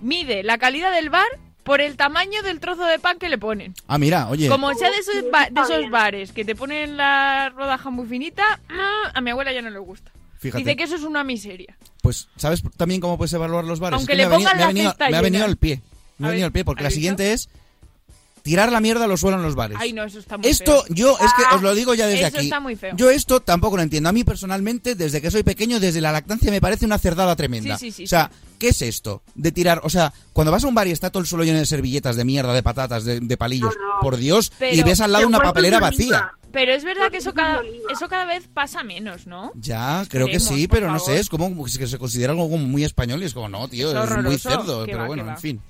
Speaker 10: mide la calidad del bar por el tamaño del trozo de pan que le ponen.
Speaker 13: Ah, mira, oye.
Speaker 10: Como sea de esos, ba- de esos bares que te ponen la rodaja muy finita, mm, a mi abuela ya no le gusta.
Speaker 13: Fíjate.
Speaker 10: Dice que eso es una miseria.
Speaker 13: Pues, ¿sabes también cómo puedes evaluar los bares?
Speaker 10: Aunque
Speaker 13: Es que
Speaker 10: le
Speaker 13: me ha venido-
Speaker 10: pongan
Speaker 13: me ha
Speaker 10: la
Speaker 13: venido,
Speaker 10: cesta
Speaker 13: me ha
Speaker 10: llena.
Speaker 13: venido al pie. Me ha
Speaker 10: A
Speaker 13: venido
Speaker 10: ver,
Speaker 13: al pie, porque
Speaker 10: ¿has
Speaker 13: la
Speaker 10: visto?
Speaker 13: siguiente es tirar la mierda a los suelos en los bares.
Speaker 10: Ay, no, eso está muy
Speaker 13: Esto
Speaker 10: feo.
Speaker 13: yo es que os lo digo ya
Speaker 10: Ah,
Speaker 13: desde
Speaker 10: eso
Speaker 13: aquí.
Speaker 10: está muy feo.
Speaker 13: Yo esto tampoco lo entiendo. A mí personalmente, desde que soy pequeño, desde la lactancia me parece una cerdada tremenda.
Speaker 10: Sí, sí, sí,
Speaker 13: o sea, ¿qué es esto? De tirar, o sea, cuando vas a un bar y está todo el suelo lleno de servilletas, de mierda, de patatas, de, de palillos, por Dios, y
Speaker 10: Pero-
Speaker 13: ves al lado una papelera vacía.
Speaker 10: Pero es verdad que eso cada, eso cada vez pasa menos, ¿no?
Speaker 13: Ya, creo que
Speaker 10: Esperemos,
Speaker 13: sí,
Speaker 10: por
Speaker 13: pero no
Speaker 10: favor.
Speaker 13: sé, es como que se considera algo como muy español y es como, no, tío,
Speaker 10: Es
Speaker 13: es muy
Speaker 10: horroroso.
Speaker 13: cerdo,
Speaker 10: Qué
Speaker 13: pero
Speaker 10: va,
Speaker 13: bueno,
Speaker 10: qué va.
Speaker 13: en fin.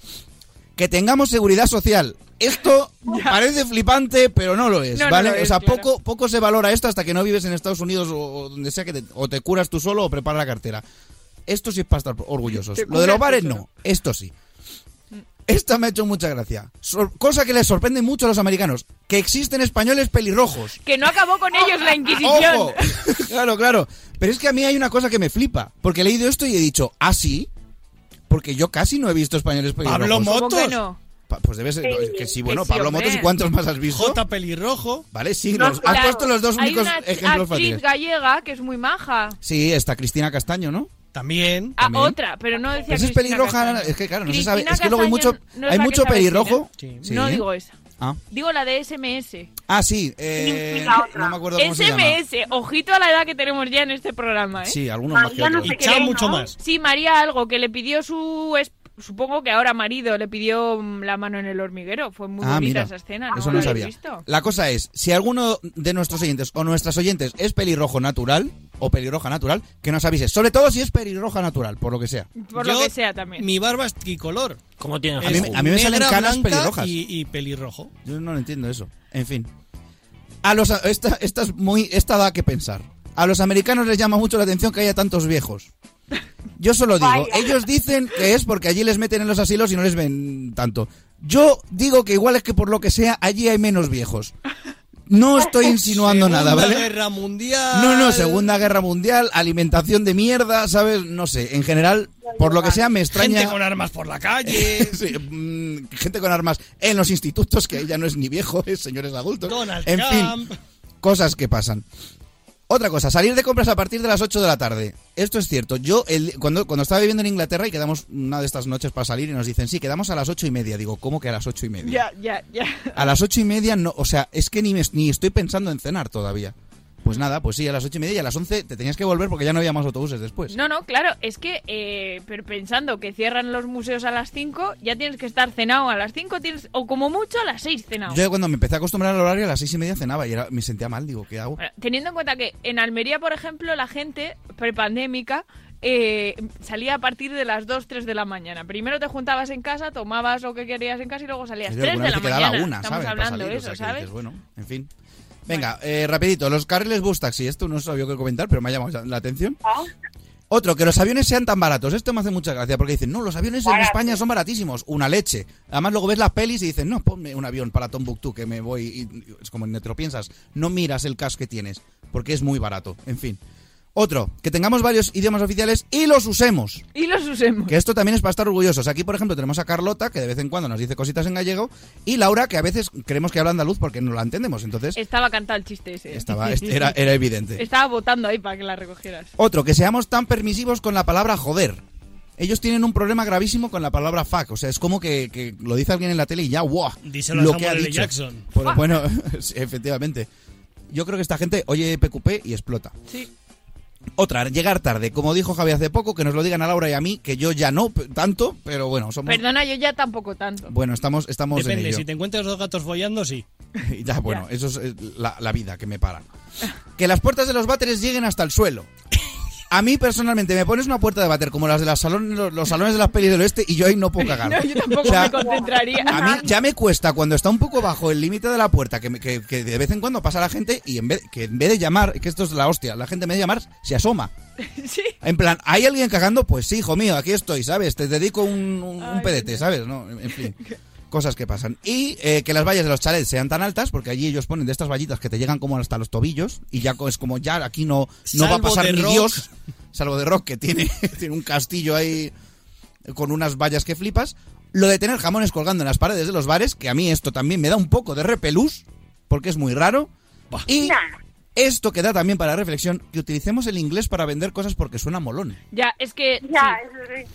Speaker 13: Que tengamos seguridad social. Esto parece flipante, pero no lo es,
Speaker 10: No, no
Speaker 13: ¿vale?
Speaker 10: lo
Speaker 13: o
Speaker 10: es,
Speaker 13: sea,
Speaker 10: claro.
Speaker 13: poco, poco se valora esto hasta que no vives en Estados Unidos o, o donde sea que te, o te curas tú solo o preparas la cartera. Esto sí es para estar orgullosos.
Speaker 2: Te
Speaker 13: Lo de
Speaker 2: curas
Speaker 13: los
Speaker 2: tú
Speaker 13: bares
Speaker 2: solo.
Speaker 13: no, esto sí.
Speaker 10: Mm.
Speaker 13: Esta me ha hecho mucha gracia. Sor- cosa que les sorprende mucho a los americanos, que existen españoles pelirrojos.
Speaker 10: Que no acabó con ellos la Inquisición.
Speaker 13: Ah, ¡Ojo! claro, claro. Pero es que a mí hay una cosa que me flipa. Porque he leído esto y he dicho, ¿ah, sí? Porque yo casi no he visto españoles pelirrojos.
Speaker 1: Pablo
Speaker 10: ¿Cómo
Speaker 1: Motos.
Speaker 10: que no?
Speaker 13: Pa- pues debe ser
Speaker 1: Sí,
Speaker 13: que sí,
Speaker 1: que
Speaker 13: bueno,
Speaker 1: sí,
Speaker 13: Pablo
Speaker 1: hombre.
Speaker 13: Motos, ¿y cuántos más has visto?
Speaker 1: J pelirrojo.
Speaker 13: Vale, sí,
Speaker 1: No,
Speaker 13: los-
Speaker 1: claro.
Speaker 13: has puesto los dos
Speaker 10: Hay
Speaker 13: únicos
Speaker 10: una act-
Speaker 13: ejemplos
Speaker 10: actriz
Speaker 13: fáciles.
Speaker 10: gallega que es muy maja.
Speaker 13: Sí, está Cristina Castaño, ¿no?
Speaker 1: También.
Speaker 10: Ah, otra, pero no decía
Speaker 13: Esa es
Speaker 10: Cristina
Speaker 13: pelirroja,
Speaker 10: Castaño.
Speaker 13: es que claro, no se
Speaker 10: Cristina
Speaker 13: sabe. Es que luego hay
Speaker 10: Castaño
Speaker 13: mucho,
Speaker 10: no es
Speaker 13: hay
Speaker 10: la que
Speaker 13: mucho
Speaker 10: sabe quién es.
Speaker 13: pelirrojo.
Speaker 10: No digo esa.
Speaker 13: Ah,
Speaker 10: Digo la de SMS.
Speaker 13: Ah, sí, eh,
Speaker 10: Y la otra.
Speaker 13: no me acuerdo cómo se llama.
Speaker 10: SMS, ojito a la edad que tenemos ya en este programa, ¿eh?
Speaker 13: Sí, algunos más que María no otros. sé qué, Y Cha ¿no? mucho más.
Speaker 10: Sí, María algo que le pidió su es- supongo que ahora marido le pidió mm, la mano en el hormiguero, fue muy
Speaker 13: ah,
Speaker 10: bonita
Speaker 13: mira,
Speaker 10: esa escena.
Speaker 13: Eso
Speaker 10: ¿La
Speaker 13: no
Speaker 10: habéis
Speaker 13: sabía.
Speaker 10: visto?
Speaker 13: La cosa es, si alguno de nuestros oyentes o nuestras oyentes es pelirrojo natural o pelirroja natural, que nos avise. Sobre todo si es pelirroja natural, por lo que sea.
Speaker 10: Por lo
Speaker 1: Yo-
Speaker 10: que sea también.
Speaker 1: Mi barba es tricolor.
Speaker 11: ¿Cómo tienes?
Speaker 13: A mí, a mí me salen
Speaker 1: negra,
Speaker 13: canas
Speaker 1: blanca
Speaker 13: pelirrojas.
Speaker 1: Y, y pelirrojo.
Speaker 13: Yo no lo entiendo eso. En fin. A los, esta, esta es muy, esta da que pensar. A los americanos les llama mucho la atención que haya tantos viejos. Yo solo digo,
Speaker 2: Vaya.
Speaker 13: ellos dicen que es porque allí les meten en los asilos y no les ven tanto. Yo digo que igual es que por lo que sea, allí hay menos viejos. No estoy insinuando nada,
Speaker 1: Segunda
Speaker 13: ¿vale?
Speaker 1: Guerra Mundial.
Speaker 13: No, no, Segunda Guerra Mundial, alimentación de mierda, ¿sabes? No sé, en general, por lo que sea, me extraña.
Speaker 1: Gente con armas por la calle.
Speaker 13: Sí, mm, gente con armas en los institutos, que ahí ya no es ni viejo, es señores adultos.
Speaker 1: Donald
Speaker 13: en
Speaker 1: Trump.
Speaker 13: fin, cosas que pasan. Otra cosa, salir de compras a partir de las 8 de la tarde. Esto es cierto. Yo, el- cuando, cuando estaba viviendo en Inglaterra y quedamos una de estas noches para salir y nos dicen, sí, quedamos a las ocho y media. Digo, ¿cómo que a las ocho y media?
Speaker 10: Ya, ya, ya.
Speaker 13: A las ocho y media, no, o sea, es que ni, me- ni estoy pensando en cenar todavía. Pues nada, pues sí, a las ocho y media y a las 11 te tenías que volver porque ya no había más autobuses después.
Speaker 10: No, no, claro, es que eh, pero pensando que cierran los museos a las 5, ya tienes que estar cenado a las 5, tienes o como mucho a las 6 cenado.
Speaker 13: Yo cuando me empecé a acostumbrar al horario a las seis y media cenaba y era- me sentía mal, digo, ¿qué hago?
Speaker 10: Bueno, teniendo en cuenta que en Almería, por ejemplo, la gente prepandémica eh, salía a partir de las 2, 3 de la mañana. Primero te juntabas en casa, tomabas lo que querías en casa y luego salías
Speaker 13: Yo
Speaker 10: 3
Speaker 13: alguna
Speaker 10: de la
Speaker 13: vez te quedaba
Speaker 10: mañana.
Speaker 13: una,
Speaker 10: Estamos
Speaker 13: ¿sabes? Para
Speaker 10: hablando
Speaker 13: salir,
Speaker 10: de
Speaker 13: o
Speaker 10: eso,
Speaker 13: sea, que
Speaker 10: ¿sabes?
Speaker 13: dices, bueno, en fin. Venga, eh, rapidito, los carriles bus taxi. Esto no sabía que comentar, pero me ha llamado la atención. Otro, que los aviones sean tan baratos. Esto me hace mucha gracia porque dicen, no, los aviones en
Speaker 2: Barato.
Speaker 13: España son baratísimos. Una leche. Además, luego ves las pelis y dicen, no, ponme un avión para Tombuctú que me voy. Y, y es como ni te lo piensas. No miras el cash que tienes porque es muy barato. En fin. Otro, que tengamos varios idiomas oficiales y los usemos.
Speaker 10: Y los usemos.
Speaker 13: Que esto también es para estar orgullosos. Aquí, por ejemplo, tenemos a Carlota, que de vez en cuando nos dice cositas en gallego, y Laura, que a veces creemos que habla andaluz porque no la entendemos. Entonces,
Speaker 10: Estaba cantado el chiste ese.
Speaker 13: estaba, este era, era evidente.
Speaker 10: Estaba votando ahí para que la recogieras.
Speaker 13: Otro, que seamos tan permisivos con la palabra joder. Ellos tienen un problema gravísimo con la palabra fuck. O sea, es como que, que lo dice alguien en la tele y ya, wow.
Speaker 1: Díselo a
Speaker 13: lo que
Speaker 1: Samuel
Speaker 13: ha
Speaker 1: L.
Speaker 13: dicho.
Speaker 1: Jackson.
Speaker 13: Pero
Speaker 1: Fuck.
Speaker 13: bueno, sí, efectivamente. Yo creo que esta gente oye PQP y explota.
Speaker 10: Sí.
Speaker 13: Otra, llegar tarde. Como dijo Javi hace poco, que nos lo digan a Laura y a mí, que yo ya no p- tanto, pero bueno, somos
Speaker 10: Perdona, yo ya tampoco tanto.
Speaker 13: Bueno, estamos, estamos en
Speaker 1: Depende,
Speaker 13: ello.
Speaker 1: si te encuentras dos gatos follando, sí.
Speaker 13: Ya, bueno, eso es eh, la, la vida que me para. Que las puertas de los váteres lleguen hasta el suelo. A mí personalmente me pones una puerta de váter como las de las salón- los, los salones de las pelis del oeste y yo ahí no puedo cagar.
Speaker 10: No, yo tampoco
Speaker 13: O sea,
Speaker 10: me concentraría.
Speaker 13: a mí ya me cuesta cuando está un poco bajo el límite de la puerta, que, me- que- que de vez en cuando pasa la gente y en vez, que en vez de llamar, que esto es la hostia, la gente en vez de llamar se asoma. En plan, ¿hay alguien cagando? Pues sí, hijo mío, aquí estoy, ¿sabes? Te dedico un, un- un pedete, ¿sabes? No, en fin, cosas que pasan. Y eh, que las vallas de los chalets sean tan altas, porque allí ellos ponen de estas vallitas que te llegan como hasta los tobillos, y ya co- es como, ya aquí no, no va a
Speaker 1: Salvo
Speaker 13: pasar
Speaker 1: de
Speaker 13: ni
Speaker 1: Rock.
Speaker 13: Dios, salvo de Rock, que tiene, tiene un castillo ahí con unas vallas que flipas. Lo de tener jamones colgando en las paredes de los bares, que a mí esto también me da un poco de repelús, porque es muy raro. Y Esto queda también para reflexión que utilicemos el inglés para vender cosas porque suena molón.
Speaker 10: Ya, es que.
Speaker 12: Ya,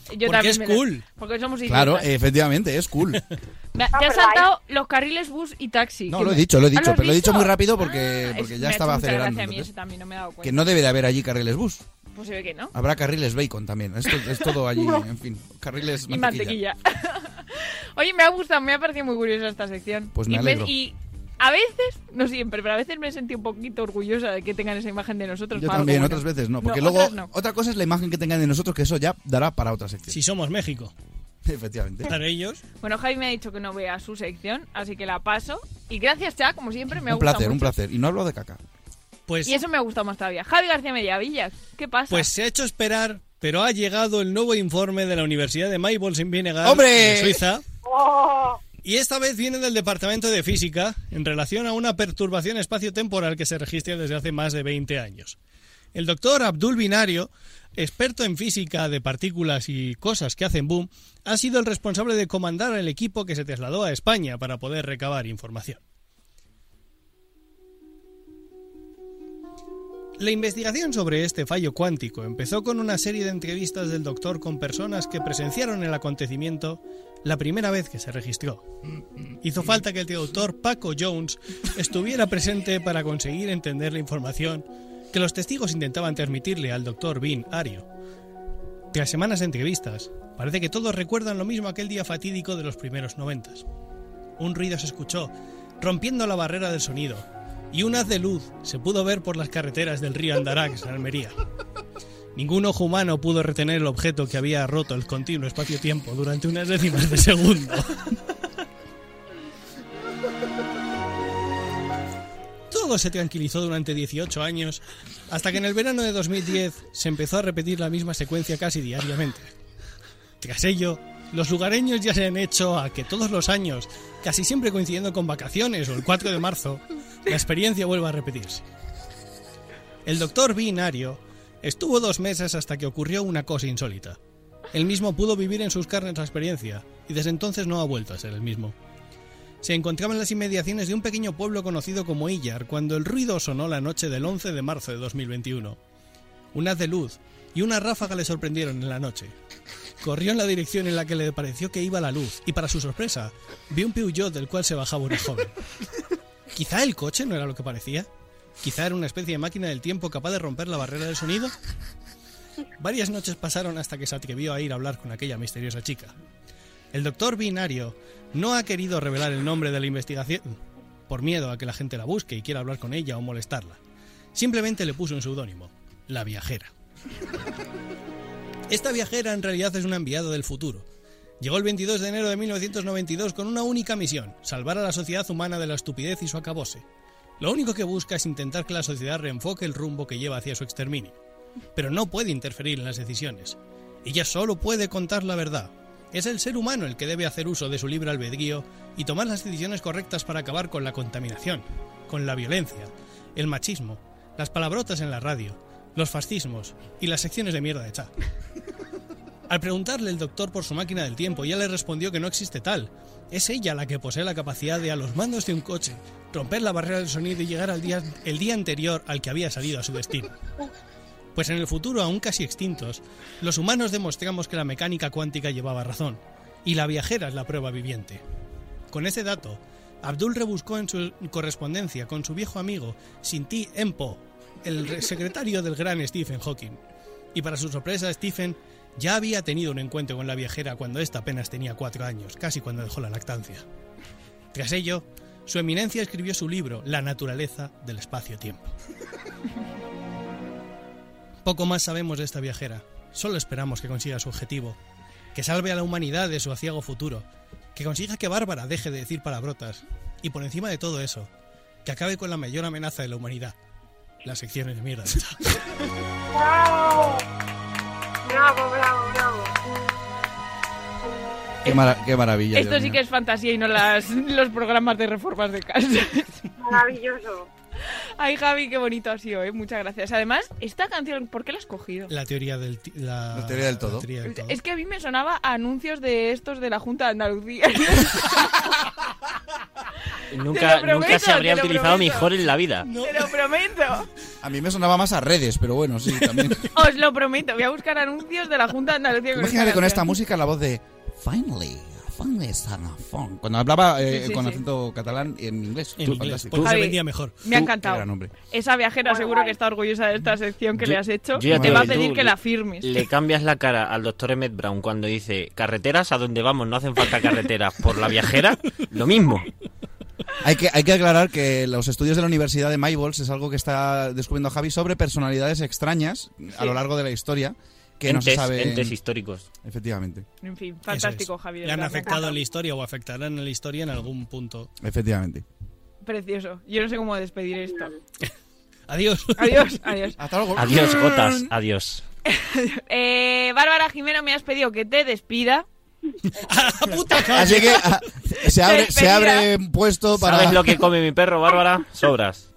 Speaker 10: sí. Yo también me la- Porque somos idiotas.
Speaker 13: Claro, eh. efectivamente, es cool.
Speaker 10: Me- te has saltado los carriles bus y taxi.
Speaker 13: No,
Speaker 10: Que
Speaker 13: lo he
Speaker 10: me-
Speaker 13: dicho, lo he
Speaker 10: ¿Ah,
Speaker 13: dicho,
Speaker 10: has
Speaker 13: pero lo he dicho
Speaker 10: visto?
Speaker 13: muy rápido porque,
Speaker 10: Ah,
Speaker 13: porque
Speaker 10: es-
Speaker 13: ya
Speaker 10: me ha
Speaker 13: estaba
Speaker 10: hecho mucha gracia
Speaker 13: acelerando.
Speaker 10: a mí
Speaker 13: entonces,
Speaker 10: eso también, no me he dado cuenta.
Speaker 13: que no debe de haber allí carriles bus.
Speaker 10: Pues se ve que no.
Speaker 13: Habrá carriles bacon también. Esto es todo allí, en fin. Carriles
Speaker 10: Y mantequilla. Oye, me ha gustado, me ha parecido muy curiosa esta sección.
Speaker 13: Pues me
Speaker 10: y,
Speaker 13: alegro.
Speaker 10: y a veces, no siempre, pero a veces me he sentido un poquito orgullosa de que tengan esa imagen de nosotros.
Speaker 13: Yo
Speaker 10: para algo
Speaker 13: también,
Speaker 10: bueno.
Speaker 13: otras veces no. Porque
Speaker 10: No,
Speaker 13: luego,
Speaker 10: otras no.
Speaker 13: otra cosa es la imagen que tengan de nosotros, que eso ya dará para otra sección.
Speaker 1: Si somos México.
Speaker 13: Efectivamente.
Speaker 1: Para ellos.
Speaker 10: Bueno, Jaime ha dicho que no vea su sección, así que la paso. Y gracias, Cha, como siempre, me ha
Speaker 13: Un
Speaker 10: gustado.
Speaker 13: placer, un
Speaker 10: mucho.
Speaker 13: placer. Y no hablo de caca.
Speaker 1: Pues,
Speaker 10: Y eso me ha gustado más todavía. Javi García Mediavillas, ¿qué pasa?
Speaker 1: pues se ha hecho esperar, pero ha llegado el nuevo informe de la Universidad de Maybol sin Vinegar,
Speaker 10: ¡Hombre!
Speaker 1: en Suiza. Y esta vez viene del Departamento de Física en relación a una perturbación espaciotemporal que se registra desde hace más de 20 años. El doctor Abdul Binario, experto en física de partículas y cosas que hacen boom, ha sido el responsable de comandar el equipo que se trasladó a España para poder recabar información. La investigación sobre este fallo cuántico empezó con una serie de entrevistas del doctor con personas que presenciaron el acontecimiento la primera vez que se registró. Hizo falta que el doctor Paco Jones estuviera presente para conseguir entender la información que los testigos intentaban transmitirle al doctor Bin Ario. Tras semanas de entrevistas, parece que todos recuerdan lo mismo aquel día fatídico de los primeros noventas. Un ruido se escuchó, rompiendo la barrera del sonido, y un haz de luz se pudo ver por las carreteras del río Andarax en Almería. Ningún ojo humano pudo retener el objeto que había roto el continuo espacio-tiempo durante unas décimas de segundo. Todo se tranquilizó durante 18 años, hasta que en el verano de 2010 se empezó a repetir la misma secuencia casi diariamente. Tras ello, los lugareños ya se han hecho a que todos los años, casi siempre coincidiendo con vacaciones o el 4 de marzo, la experiencia vuelva a repetirse. El doctor Binario estuvo dos meses hasta que ocurrió una cosa insólita. Él mismo pudo vivir en sus carnes la experiencia y desde entonces no ha vuelto a ser el mismo. Se encontraba en las inmediaciones de un pequeño pueblo conocido como Illar cuando el ruido sonó la noche del 11 de marzo de 2021. Un haz de luz y una ráfaga le sorprendieron en la noche. Corrió en la dirección en la que le pareció que iba la luz y para su sorpresa vio un Peugeot del cual se bajaba una joven. Quizá el coche no era lo que parecía. Quizá era una especie de máquina del tiempo capaz de romper la barrera del sonido. Varias noches pasaron hasta que se atrevió a ir a hablar con aquella misteriosa chica. El doctor Binario no ha querido revelar el nombre de la investigación por miedo a que la gente la busque y quiera hablar con ella o molestarla. Simplemente le puso un seudónimo, la viajera. Esta viajera en realidad es una enviada del futuro. Llegó el 22 de enero de 1992 con una única misión, salvar a la sociedad humana de la estupidez y su acabose. Lo único que busca es intentar que la sociedad reenfoque el rumbo que lleva hacia su exterminio. Pero no puede interferir en las decisiones. Ella solo puede contar la verdad. Es el ser humano el que debe hacer uso de su libre albedrío y tomar las decisiones correctas para acabar con la contaminación, con la violencia, el machismo, las palabrotas en la radio, los fascismos y las secciones de mierda de chat. Al preguntarle el doctor por su máquina del tiempo, ya le respondió que no existe tal. Es ella la que posee la capacidad de, a los mandos de un coche, romper la barrera del sonido y llegar al día, el día anterior al que había salido a su destino. Pues en el futuro, aún casi extintos, los humanos demostramos que la mecánica cuántica llevaba razón, y la viajera es la prueba viviente. Con ese dato, Abdul rebuscó en su correspondencia con su viejo amigo Sinti Empo, el re- secretario del gran Stephen Hawking. Y para su sorpresa, Stephen ya había tenido un encuentro con la viajera cuando ésta apenas tenía cuatro años, casi cuando dejó la lactancia. Tras ello, su eminencia escribió su libro La naturaleza del espacio-tiempo. Poco más sabemos de esta viajera. Solo esperamos que consiga su objetivo. Que salve a la humanidad de su aciago futuro. Que consiga que Bárbara deje de decir palabrotas. Y por encima de todo eso, que acabe con la mayor amenaza de la humanidad. Las secciones de mierda.
Speaker 12: ¡Bravo! ¡Bravo, bravo, bravo!
Speaker 13: Qué, mara- qué maravilla.
Speaker 10: Esto
Speaker 13: Dios
Speaker 10: sí
Speaker 13: mío.
Speaker 10: que es fantasía y no las, los programas de reformas de casa.
Speaker 12: Maravilloso.
Speaker 10: Ay, Javi, qué bonito ha sido, ¿eh? Muchas gracias. Además, esta canción, ¿por qué la has cogido?
Speaker 1: La teoría del, ti- la,
Speaker 13: La teoría del todo.
Speaker 1: la teoría del todo.
Speaker 10: Es que a mí me sonaba a anuncios de estos de la Junta de Andalucía.
Speaker 11: Nunca,
Speaker 16: Te lo
Speaker 11: nunca se
Speaker 16: prometo,
Speaker 11: habría
Speaker 16: te lo
Speaker 11: utilizado
Speaker 16: prometo.
Speaker 11: mejor en la vida.
Speaker 16: Te lo prometo.
Speaker 13: A mí me sonaba más a redes, pero bueno, sí, también.
Speaker 16: Os lo prometo. Voy a buscar anuncios de la Junta de Andalucía. con
Speaker 13: Imagínate con esta
Speaker 16: canción.
Speaker 13: música la voz de Finally, finally Sanafón. Cuando hablaba eh,
Speaker 16: Sí, sí,
Speaker 13: con
Speaker 16: sí.
Speaker 13: acento catalán y en inglés.
Speaker 1: En
Speaker 13: Tú,
Speaker 1: inglés, Pues
Speaker 13: fantástico.
Speaker 1: porque se
Speaker 16: Javi,
Speaker 1: vendía mejor.
Speaker 16: Me ha
Speaker 13: Tú,
Speaker 16: encantado.
Speaker 13: gran hombre.
Speaker 16: Esa viajera seguro que está orgullosa de esta sección que
Speaker 11: Yo-
Speaker 16: le has hecho.
Speaker 11: yo ya
Speaker 16: te va a
Speaker 11: veo,
Speaker 16: pedir
Speaker 11: tú
Speaker 16: que
Speaker 11: le-
Speaker 16: la firmes.
Speaker 11: Le cambias la cara al doctor Emmett Brown cuando dice carreteras a donde vamos, no hacen falta carreteras por la viajera. Lo mismo.
Speaker 13: Hay que, hay que aclarar que los estudios de la Universidad de Maybols es algo que está descubriendo Javi sobre personalidades extrañas a lo largo de la historia que no se
Speaker 11: Entes-
Speaker 13: sabe.
Speaker 11: entes históricos.
Speaker 13: Efectivamente,
Speaker 16: En fin,
Speaker 1: Eso es.
Speaker 16: fantástico, Javier.
Speaker 1: Le han
Speaker 16: me ha
Speaker 1: afectado
Speaker 16: encantado.
Speaker 1: en la historia o afectarán en la historia en algún punto.
Speaker 13: efectivamente.
Speaker 16: Ah, Precioso. Yo no sé cómo despedir esto.
Speaker 1: Adiós.
Speaker 16: Adiós, adiós.
Speaker 11: Adiós, gotas, adiós.
Speaker 16: Eh, Bárbara Jimeno, me has pedido que te despida.
Speaker 13: Así que ah, se abre, se
Speaker 16: Despedida.
Speaker 13: abre un puesto para.
Speaker 11: ¿Sabes lo que come mi perro, Bárbara? Sobras.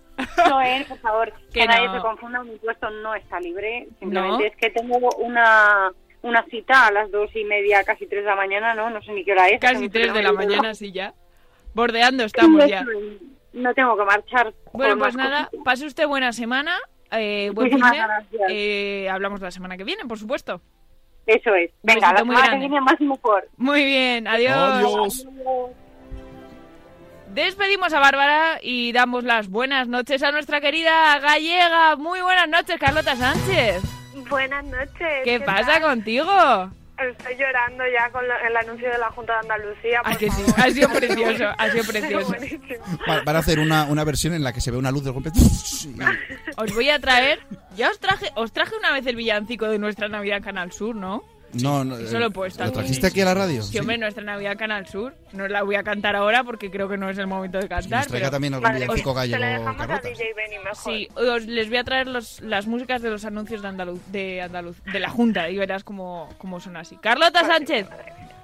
Speaker 17: No, eh, por favor, que,
Speaker 16: Que
Speaker 17: nadie
Speaker 16: no.
Speaker 17: se confunda, mi puesto no está libre.
Speaker 16: No.
Speaker 17: Simplemente es que tengo una, una cita a las dos y media, casi tres de la mañana, ¿no? No sé ni qué hora es.
Speaker 16: Casi
Speaker 17: Tengo
Speaker 16: tres
Speaker 17: que
Speaker 16: de
Speaker 17: ir
Speaker 16: la
Speaker 17: a-
Speaker 16: mañana, sí, ya. Bordeando estamos ya.
Speaker 17: No tengo que marchar.
Speaker 16: Bueno,
Speaker 17: por más
Speaker 16: pues nada,
Speaker 17: cositas.
Speaker 16: pase usted buena semana. eh, buen fin
Speaker 17: Muchísimas
Speaker 16: de-
Speaker 17: gracias.
Speaker 16: eh, hablamos la semana que viene, por supuesto.
Speaker 17: Eso es. Venga,
Speaker 16: besito
Speaker 17: la
Speaker 16: muy
Speaker 17: semana que
Speaker 16: grande.
Speaker 17: viene más y mejor.
Speaker 16: Muy bien, adiós. Despedimos a Bárbara y damos las buenas noches a nuestra querida gallega. Muy buenas noches, Carlota Sánchez.
Speaker 10: Buenas noches.
Speaker 16: ¿Qué pasa
Speaker 10: tal?
Speaker 16: contigo? Ha
Speaker 10: Estoy llorando ya con lo- el anuncio de la Junta de Andalucía. por
Speaker 16: que sí?
Speaker 10: favor.
Speaker 16: Ha sido precioso, ha sido
Speaker 10: Pero
Speaker 16: precioso.
Speaker 10: buenísimo.
Speaker 13: Para, para hacer una, una versión en la que se ve una luz de golpe.
Speaker 16: Os voy a traer, ya os traje, os traje una vez el villancico de nuestra Navidad en Canal Sur, ¿no?
Speaker 13: No, no.
Speaker 16: Eso lo he puesto.
Speaker 13: ¿Lo
Speaker 16: alguna
Speaker 13: trajiste
Speaker 16: vez.
Speaker 13: aquí a la radio?
Speaker 16: Sí, hombre, nuestra Navidad Canal Sur. No la voy a cantar ahora porque creo que no es el momento de cantar.
Speaker 13: nos traiga
Speaker 16: pero-
Speaker 13: también algún Madre mía,
Speaker 10: pues
Speaker 13: villancico gallego, se la dejamos a Carlota.
Speaker 16: Sí, os, les voy a traer los- las músicas de los anuncios de Andaluz, de Andaluz, de la Junta y verás cómo, cómo son así. Carlota Sánchez,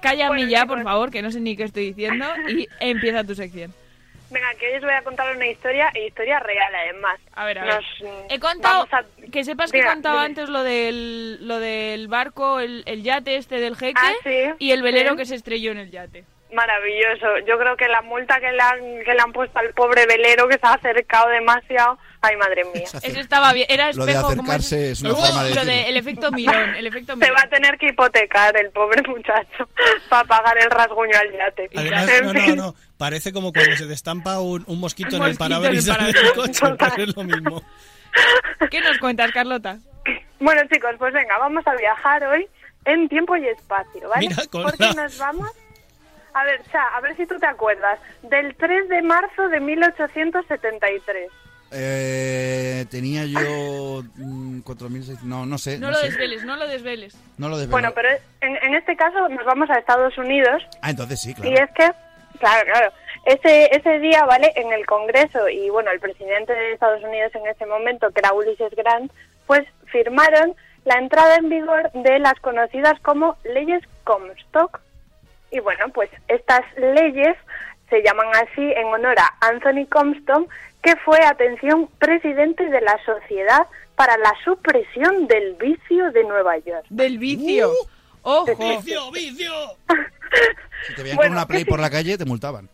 Speaker 16: cállame ya, por favor, que no sé ni qué estoy diciendo y empieza tu sección.
Speaker 10: Venga, que hoy os voy a contar una historia, e historia real además.
Speaker 16: A ver, a ver.
Speaker 10: Nos,
Speaker 16: He contado,
Speaker 10: vamos a-
Speaker 16: que sepas que he
Speaker 10: Diga,
Speaker 16: contado
Speaker 10: dime.
Speaker 16: antes lo del, lo del barco, el, el yate este del jeque
Speaker 10: Ah, sí,
Speaker 16: y el velero
Speaker 10: sí.
Speaker 16: que se estrelló en el yate.
Speaker 10: Maravilloso. Yo creo que la multa que le, han, que le han puesto al pobre velero que se ha acercado demasiado. Ay, madre mía.
Speaker 16: Eso estaba bien, era
Speaker 13: Lo
Speaker 16: espejo.
Speaker 13: de
Speaker 16: como es-
Speaker 13: acercarse es una forma de
Speaker 16: Lo
Speaker 13: decirlo.
Speaker 16: de el efecto mirón, el efecto
Speaker 10: Se va a tener que hipotecar el pobre muchacho para pagar el rasguño al yate.
Speaker 1: Además,
Speaker 10: En
Speaker 1: no,
Speaker 10: fin.
Speaker 1: no, no. Parece como cuando se destampa un, un mosquito
Speaker 10: Un
Speaker 1: en el
Speaker 10: mosquito en el
Speaker 1: parabrisas del
Speaker 10: parabrisas.
Speaker 1: coche. pues es lo mismo.
Speaker 16: ¿Qué nos cuentas, Carlota?
Speaker 10: Bueno, chicos, pues venga, vamos a viajar hoy en tiempo y espacio, ¿vale?
Speaker 1: Mira, con
Speaker 10: Porque
Speaker 1: la-
Speaker 10: nos vamos. A ver, Cha, a ver si tú te acuerdas. Del 3 de marzo de 1873.
Speaker 13: Eh, tenía yo mm, 4.600. No, no sé.
Speaker 16: No
Speaker 13: No,
Speaker 16: lo
Speaker 13: sé.
Speaker 16: desveles, no lo desveles.
Speaker 13: No lo desvelo.
Speaker 10: Bueno, pero en, en este caso nos vamos a Estados Unidos
Speaker 13: Ah, entonces sí, claro.
Speaker 10: Y es que, claro, claro, ese, ese día, ¿vale? En el Congreso y, bueno, el presidente de Estados Unidos en ese momento, que era Ulysses Grant, pues firmaron la entrada en vigor de las conocidas como leyes Comstock. Y bueno, pues estas leyes se llaman así en honor a Anthony Comstock, que fue, atención, presidente de la Sociedad para la Supresión del Vicio de Nueva York.
Speaker 16: Del vicio.
Speaker 5: Uh.
Speaker 16: Ojo.
Speaker 1: ¡Vicio, vicio!
Speaker 13: Si te veían
Speaker 10: bueno,
Speaker 13: con una play por la calle, te multaban.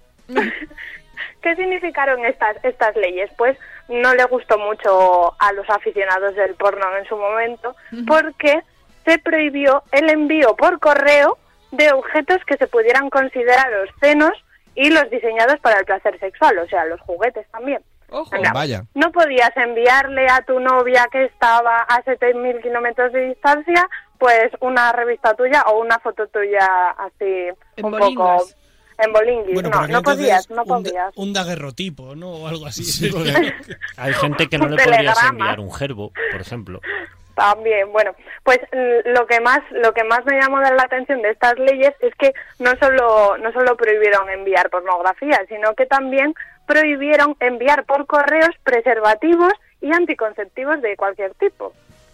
Speaker 10: ¿Qué significaron estas, estas leyes? Pues no le gustó mucho a los aficionados del porno en su momento porque se prohibió el envío por correo de objetos que se pudieran considerar obscenos y los diseñados para el placer sexual, o sea, los juguetes también.
Speaker 16: Ojo.
Speaker 10: Venga,
Speaker 13: Pues Vaya.
Speaker 10: No podías enviarle a tu novia que estaba a 7.000 kilómetros de distancia, pues una revista tuya o una foto tuya así
Speaker 16: En
Speaker 10: un poco
Speaker 16: bolingas.
Speaker 10: en bolinguis.
Speaker 1: Bueno, por
Speaker 10: no,
Speaker 1: aquel
Speaker 10: no
Speaker 1: entonces,
Speaker 10: podías, no
Speaker 1: un, da-
Speaker 10: podías.
Speaker 1: un daguerrotipo, ¿no? O algo así.
Speaker 11: Hay gente que no le
Speaker 10: Un
Speaker 11: podrías
Speaker 10: telegrama.
Speaker 11: enviar un gerbo, por ejemplo.
Speaker 10: También, bueno, pues l- lo que más lo que más me llamó la atención de estas leyes es que no solo no solo prohibieron enviar pornografía, sino que también prohibieron enviar por correos preservativos y anticonceptivos de cualquier tipo.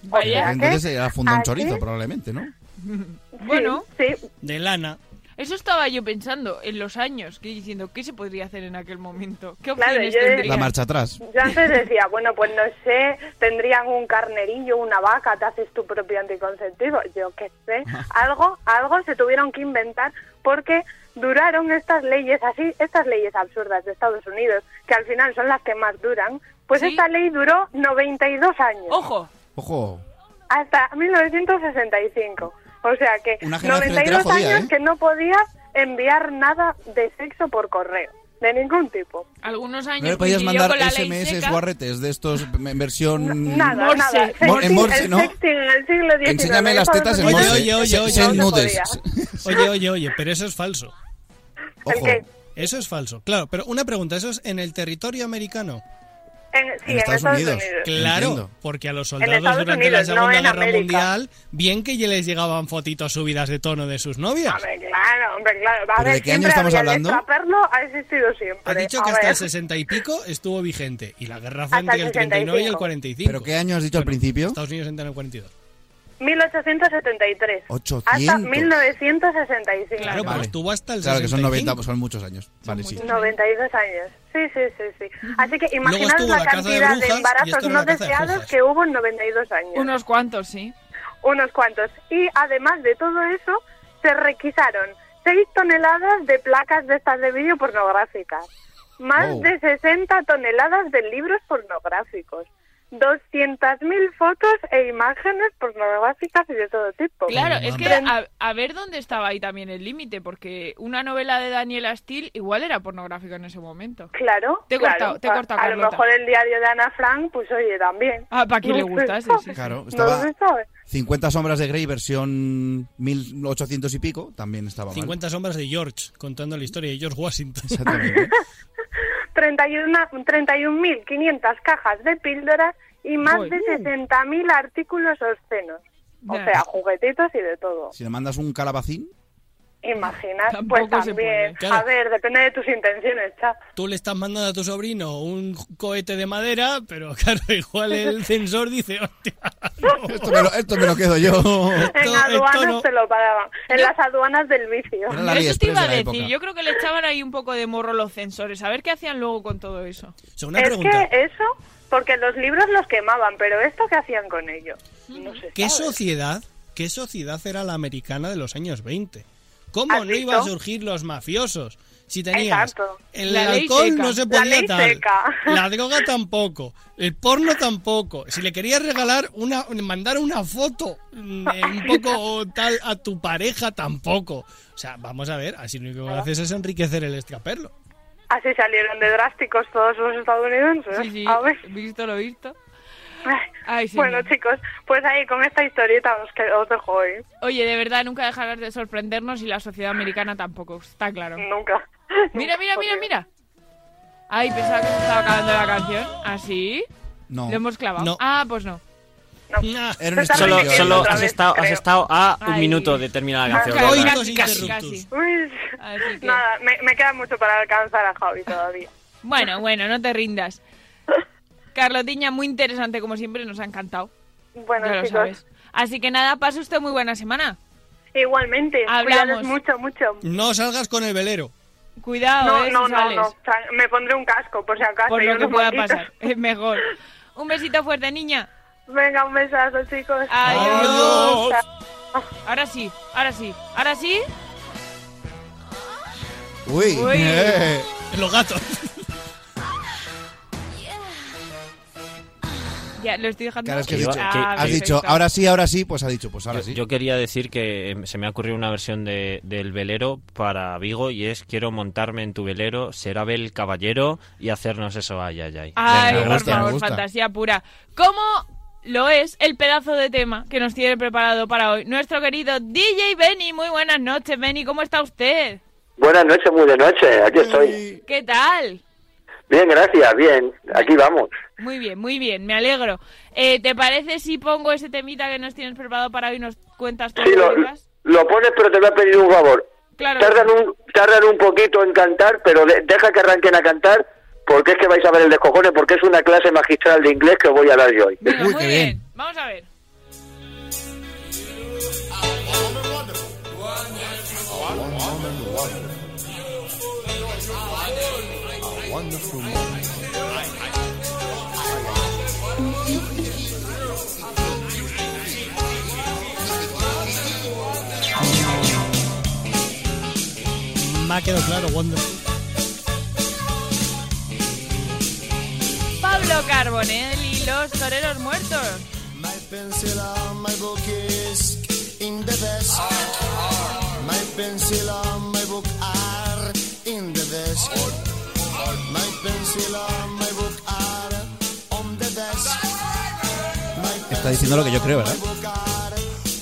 Speaker 10: O sea que-
Speaker 13: eh, Entonces era fundón
Speaker 10: aquí-
Speaker 13: chorizo, probablemente, ¿no?
Speaker 10: sí,
Speaker 16: Bueno.
Speaker 10: sí,
Speaker 1: De lana.
Speaker 12: Eso estaba yo pensando en los años, que diciendo, ¿qué se podría hacer en aquel momento? ¿Qué
Speaker 10: Claro,
Speaker 12: opciones
Speaker 10: yo-
Speaker 12: tendría?
Speaker 13: La marcha atrás.
Speaker 10: Yo antes decía, bueno, pues no sé, tendrían un carnerillo, una vaca, te haces tu propio anticonceptivo, yo qué sé. Algo, algo se tuvieron que inventar porque duraron estas leyes así, estas leyes absurdas de Estados Unidos, que al final son las que más duran. Pues
Speaker 12: Sí.
Speaker 10: esta ley duró 92 años.
Speaker 12: ¡Ojo!
Speaker 13: Ojo.
Speaker 10: Hasta 1965. O sea que
Speaker 13: Una generación
Speaker 10: 92
Speaker 13: entera jodida,
Speaker 10: años
Speaker 13: ¿eh?
Speaker 10: que no podías enviar nada de sexo por correo, de ningún tipo.
Speaker 12: Algunos pues,
Speaker 13: ¿No le podías mandar SMS guarretes de estos en versión...
Speaker 10: Nada, nada.
Speaker 13: Mo- en morse,
Speaker 10: el
Speaker 13: ¿no?
Speaker 10: sexting en el siglo XIX.
Speaker 13: Enséñame las tetas en
Speaker 1: Oye,
Speaker 13: morse.
Speaker 1: oye, oye,
Speaker 13: Se-
Speaker 1: oye,
Speaker 13: send
Speaker 1: no
Speaker 13: nudes.
Speaker 1: podía. Oye, oye, oye, pero eso es falso.
Speaker 13: Ojo. qué?
Speaker 1: Eso es falso. Claro, pero una pregunta, ¿eso es en el territorio americano?
Speaker 10: En, sí, en Estados, Unidos.
Speaker 1: Claro, porque a los soldados
Speaker 10: Estados
Speaker 1: durante
Speaker 10: Unidos,
Speaker 1: la Segunda
Speaker 10: no en
Speaker 1: Guerra
Speaker 10: América.
Speaker 1: Mundial, bien que ya les llegaban fotitos subidas de tono de sus novias.
Speaker 10: Hombre, claro, hombre, claro. Va a
Speaker 1: ¿Pero
Speaker 10: ver,
Speaker 1: de qué año
Speaker 10: siempre
Speaker 1: estamos
Speaker 10: había el
Speaker 1: hablando?
Speaker 10: extraperlo ha existido siempre.
Speaker 1: Ha dicho
Speaker 10: A
Speaker 1: que hasta
Speaker 10: ver.
Speaker 1: el 60 y pico estuvo vigente. Y la guerra
Speaker 10: Hasta
Speaker 1: fue
Speaker 10: el
Speaker 1: entre el 39 y el
Speaker 10: 65.
Speaker 1: 45.
Speaker 13: ¿Pero qué año has dicho al principio?
Speaker 1: Estados Unidos entra en el 42.
Speaker 10: 1873. Hasta
Speaker 13: 800.
Speaker 10: 1965.
Speaker 1: Claro, pero estuvo hasta el
Speaker 13: Claro que son
Speaker 1: 65.
Speaker 13: 90, pues son muchos años. Vale, sí.
Speaker 10: 92 años. Sí, sí, sí, sí. Así que imaginaos
Speaker 13: estuvo
Speaker 10: la,
Speaker 13: la caza de
Speaker 10: cantidad de,
Speaker 13: brujas y
Speaker 10: embarazos
Speaker 13: esto era
Speaker 10: no
Speaker 13: la caza de
Speaker 10: deseados
Speaker 13: brujas.
Speaker 10: que hubo en 92 años.
Speaker 12: Unos cuantos, sí.
Speaker 10: Unos cuantos. Y además de todo eso, se requisaron 6 toneladas de placas de estas de vídeo pornográficas, más
Speaker 18: Wow.
Speaker 10: de 60 toneladas de libros pornográficos. 200.000 fotos e imágenes pornográficas y de todo tipo.
Speaker 12: Claro, es que a, a ver dónde estaba ahí también el límite, porque una novela de Daniela Steele igual era pornográfica en ese momento.
Speaker 10: Claro,
Speaker 12: Te he
Speaker 10: claro.
Speaker 12: cortado, te he
Speaker 10: A-
Speaker 12: cortado,
Speaker 10: A lo
Speaker 12: Carlota.
Speaker 10: mejor el diario de Ana Frank, pues oye, también.
Speaker 12: Ah, para quien
Speaker 10: No
Speaker 12: le
Speaker 10: se
Speaker 12: gusta, sí,
Speaker 10: sabe.
Speaker 12: sí, sí.
Speaker 13: Claro,
Speaker 10: No
Speaker 13: estaba-
Speaker 10: se sabe.
Speaker 13: 50 sombras de Grey versión 1800 y pico también estaba mal.
Speaker 1: 50 sombras de George, contando la historia de George Washington.
Speaker 13: ¿eh?
Speaker 10: 31 31.500 cajas de píldoras y más
Speaker 13: Uy.
Speaker 10: de 60.000 artículos obscenos. O
Speaker 13: Ya.
Speaker 10: sea, juguetitos y de todo.
Speaker 13: Si le mandas un calabacín,
Speaker 10: Imaginar,
Speaker 1: Tampoco
Speaker 10: pues
Speaker 1: se
Speaker 10: también.
Speaker 1: puede.
Speaker 10: A ver, depende de tus intenciones, cha.
Speaker 1: Tú le estás mandando a tu sobrino un cohete de madera, pero claro, igual el censor dice, hostia, no.
Speaker 13: esto me lo, esto me lo quedo yo.
Speaker 10: en aduanas te lo pagaban. En las aduanas del vicio.
Speaker 13: la Ley
Speaker 12: Eso te
Speaker 13: Express
Speaker 12: iba a
Speaker 13: de la
Speaker 12: decir,
Speaker 13: época.
Speaker 12: yo creo que le echaban ahí un poco de morro los censores, a ver qué hacían luego con todo eso.
Speaker 10: es que eso, porque los libros los quemaban, pero ¿esto qué hacían con ellos? No se
Speaker 1: ¿Qué
Speaker 10: sabe.
Speaker 1: sociedad, qué sociedad era la americana de los años 20? ¿Cómo no iban a surgir los mafiosos? Si tenías
Speaker 10: Exacto.
Speaker 1: el
Speaker 10: La ley
Speaker 1: alcohol
Speaker 10: seca.
Speaker 1: no se
Speaker 10: La
Speaker 1: podía
Speaker 10: ley
Speaker 1: tal,
Speaker 10: seca.
Speaker 1: la droga tampoco, el porno tampoco. Si le querías regalar una, mandar una foto mm, eh, un poco tal a tu pareja tampoco. O sea, vamos a ver, así lo único que haces es enriquecer el extraperlo.
Speaker 10: Así salieron de drásticos todos los estadounidenses. A ver.
Speaker 12: Visto lo visto.
Speaker 10: bueno, chicos, pues ahí con esta historieta os, que- os dejo hoy.
Speaker 12: Oye, de verdad, nunca dejarás de sorprendernos y la sociedad americana tampoco, está claro.
Speaker 10: Nunca.
Speaker 12: Mira, mira, mira, mira. Ay, pensaba que se estaba acabando la canción. ¿Así?
Speaker 13: No.
Speaker 12: ¿Lo hemos clavado?
Speaker 11: No.
Speaker 12: Ah, pues no.
Speaker 10: Er-
Speaker 13: Era
Speaker 12: un
Speaker 11: Solo,
Speaker 12: estribillo,
Speaker 11: solo
Speaker 12: otra
Speaker 11: has,
Speaker 12: vez,
Speaker 11: estado, has
Speaker 12: creo.
Speaker 11: estado a un
Speaker 12: Ay.
Speaker 11: minuto de terminar la canción.
Speaker 12: Casi,
Speaker 11: ¿verdad?
Speaker 12: casi, casi, casi.
Speaker 10: Pues, Nada, me, me queda mucho para alcanzar a Javi todavía.
Speaker 12: Bueno, bueno, no te rindas. Carlotiña, muy interesante como siempre, nos ha encantado.
Speaker 10: Bueno,
Speaker 12: ya lo
Speaker 10: chicos.
Speaker 12: sabes. Así que nada, pase usted muy buena semana.
Speaker 10: Igualmente,
Speaker 12: Hablamos.
Speaker 10: cuidaros mucho, mucho.
Speaker 1: No salgas con el velero.
Speaker 12: Cuidado,
Speaker 10: no,
Speaker 12: eh,
Speaker 10: no,
Speaker 12: si
Speaker 10: no,
Speaker 12: sales.
Speaker 10: no. O sea, Me pondré un casco, por si acaso.
Speaker 12: Por
Speaker 10: y
Speaker 12: lo que
Speaker 10: unos
Speaker 12: pueda
Speaker 10: moquitos.
Speaker 12: pasar, es mejor. Un besito fuerte, niña.
Speaker 10: Venga, un besazo, chicos.
Speaker 12: Adiós. Ahora sí, ahora sí, ahora sí.
Speaker 13: Uy.
Speaker 12: Uy.
Speaker 13: Eh.
Speaker 1: Los gatos.
Speaker 12: Ya, lo estoy dejando.
Speaker 13: Claro, es que has
Speaker 11: Iba-
Speaker 13: dicho,
Speaker 11: que-
Speaker 12: ah,
Speaker 13: has
Speaker 11: que-
Speaker 13: dicho, ahora sí, ahora sí, pues ha dicho, pues ahora
Speaker 11: yo,
Speaker 13: sí.
Speaker 11: yo quería decir que eh, se me ha ocurrido una versión de, del velero para Vigo y es quiero montarme en tu velero, ser Abel Caballero y hacernos eso ay ay ay.
Speaker 12: Ay,
Speaker 11: Venga,
Speaker 12: por favor, fantasía pura. ¿Cómo lo es el pedazo de tema que nos tiene preparado para hoy nuestro querido DJ Benny? Muy buenas noches, Benny. ¿Cómo está usted?
Speaker 16: Buenas noches, muy de noche, aquí estoy.
Speaker 12: ¿Qué tal?
Speaker 16: Bien, gracias, bien, aquí vamos.
Speaker 12: Muy bien, muy bien. Me alegro. Eh, ¿Te parece si pongo ese temita que nos tienes preparado para hoy y nos cuentas todo
Speaker 16: Sí, lo,
Speaker 12: lo que digas?
Speaker 16: lo pones, pero te voy a pedir un favor.
Speaker 12: Claro.
Speaker 16: Tardan un, tardan un poquito en cantar, pero de- deja que arranquen a cantar, porque es que vais a ver el descojone, porque es una clase magistral de inglés que os voy a dar yo hoy.
Speaker 12: Muy, bien. Vamos a ver.
Speaker 1: Me ha quedado claro, Wonderful.
Speaker 10: Pablo Carbonell y los toreros muertos.
Speaker 19: My pencil and my book is in the desk. My pencil and my book are in the desk. My pencil and my book are on the desk. My
Speaker 13: Está diciendo lo que yo creo, ¿verdad?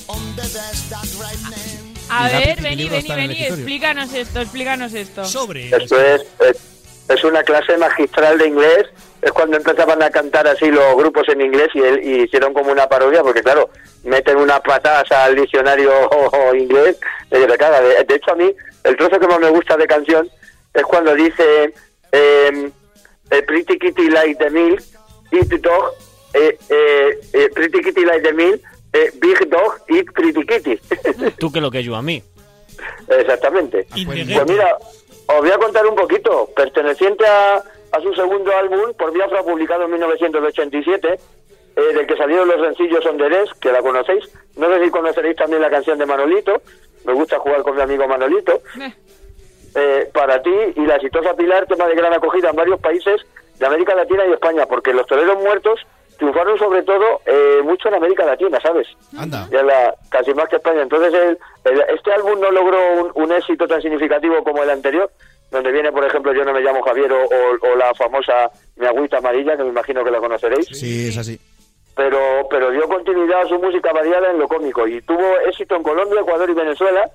Speaker 19: on the desk that right name.
Speaker 10: A
Speaker 13: Y lápiz
Speaker 10: ver,
Speaker 13: y
Speaker 10: vení,
Speaker 13: libro
Speaker 10: vení,
Speaker 13: están en el
Speaker 10: vení,
Speaker 13: escritorio.
Speaker 10: explícanos esto, explícanos esto.
Speaker 1: Sobre.
Speaker 16: Esto es, eh, es una clase magistral de inglés. Es cuando empezaban a cantar así los grupos en inglés y, él- y hicieron como una parodia, porque claro, meten unas patadas al diccionario inglés de que te cagas. De, de hecho, a mí, el trozo que más me gusta de canción es cuando dice eh, eh, Pretty Kitty Like the Milk, Eat Dog, eh, eh, eh, Pretty Kitty Like the Milk, eh, Big Dog, Eat Pretty Kitty.
Speaker 11: Tú que lo que yo a mí.
Speaker 16: Exactamente. Pues mira, os voy a contar un poquito. Perteneciente a, a su segundo álbum, por Biafra, publicado en 1987, eh, del que salieron los sencillos Onderés, que la conocéis. No sé si conoceréis también la canción de Manolito. Me gusta jugar con mi amigo Manolito. Eh, para ti y la exitosa Pilar, tema de gran acogida en varios países de América Latina y España, porque los toreros muertos triunfaron sobre todo eh, mucho en América Latina, ¿sabes?
Speaker 13: Anda.
Speaker 16: ya la- casi más que España. Entonces, el- el- este álbum no logró un, un éxito tan significativo como el anterior, donde viene, por ejemplo, Yo no me llamo Javier o, o- o la famosa Mi Agüita Amarilla, que me imagino que la conoceréis
Speaker 13: Sí, es así.
Speaker 16: pero, pero dio continuidad a su música variada en lo cómico y tuvo éxito en Colombia, Ecuador y Venezuela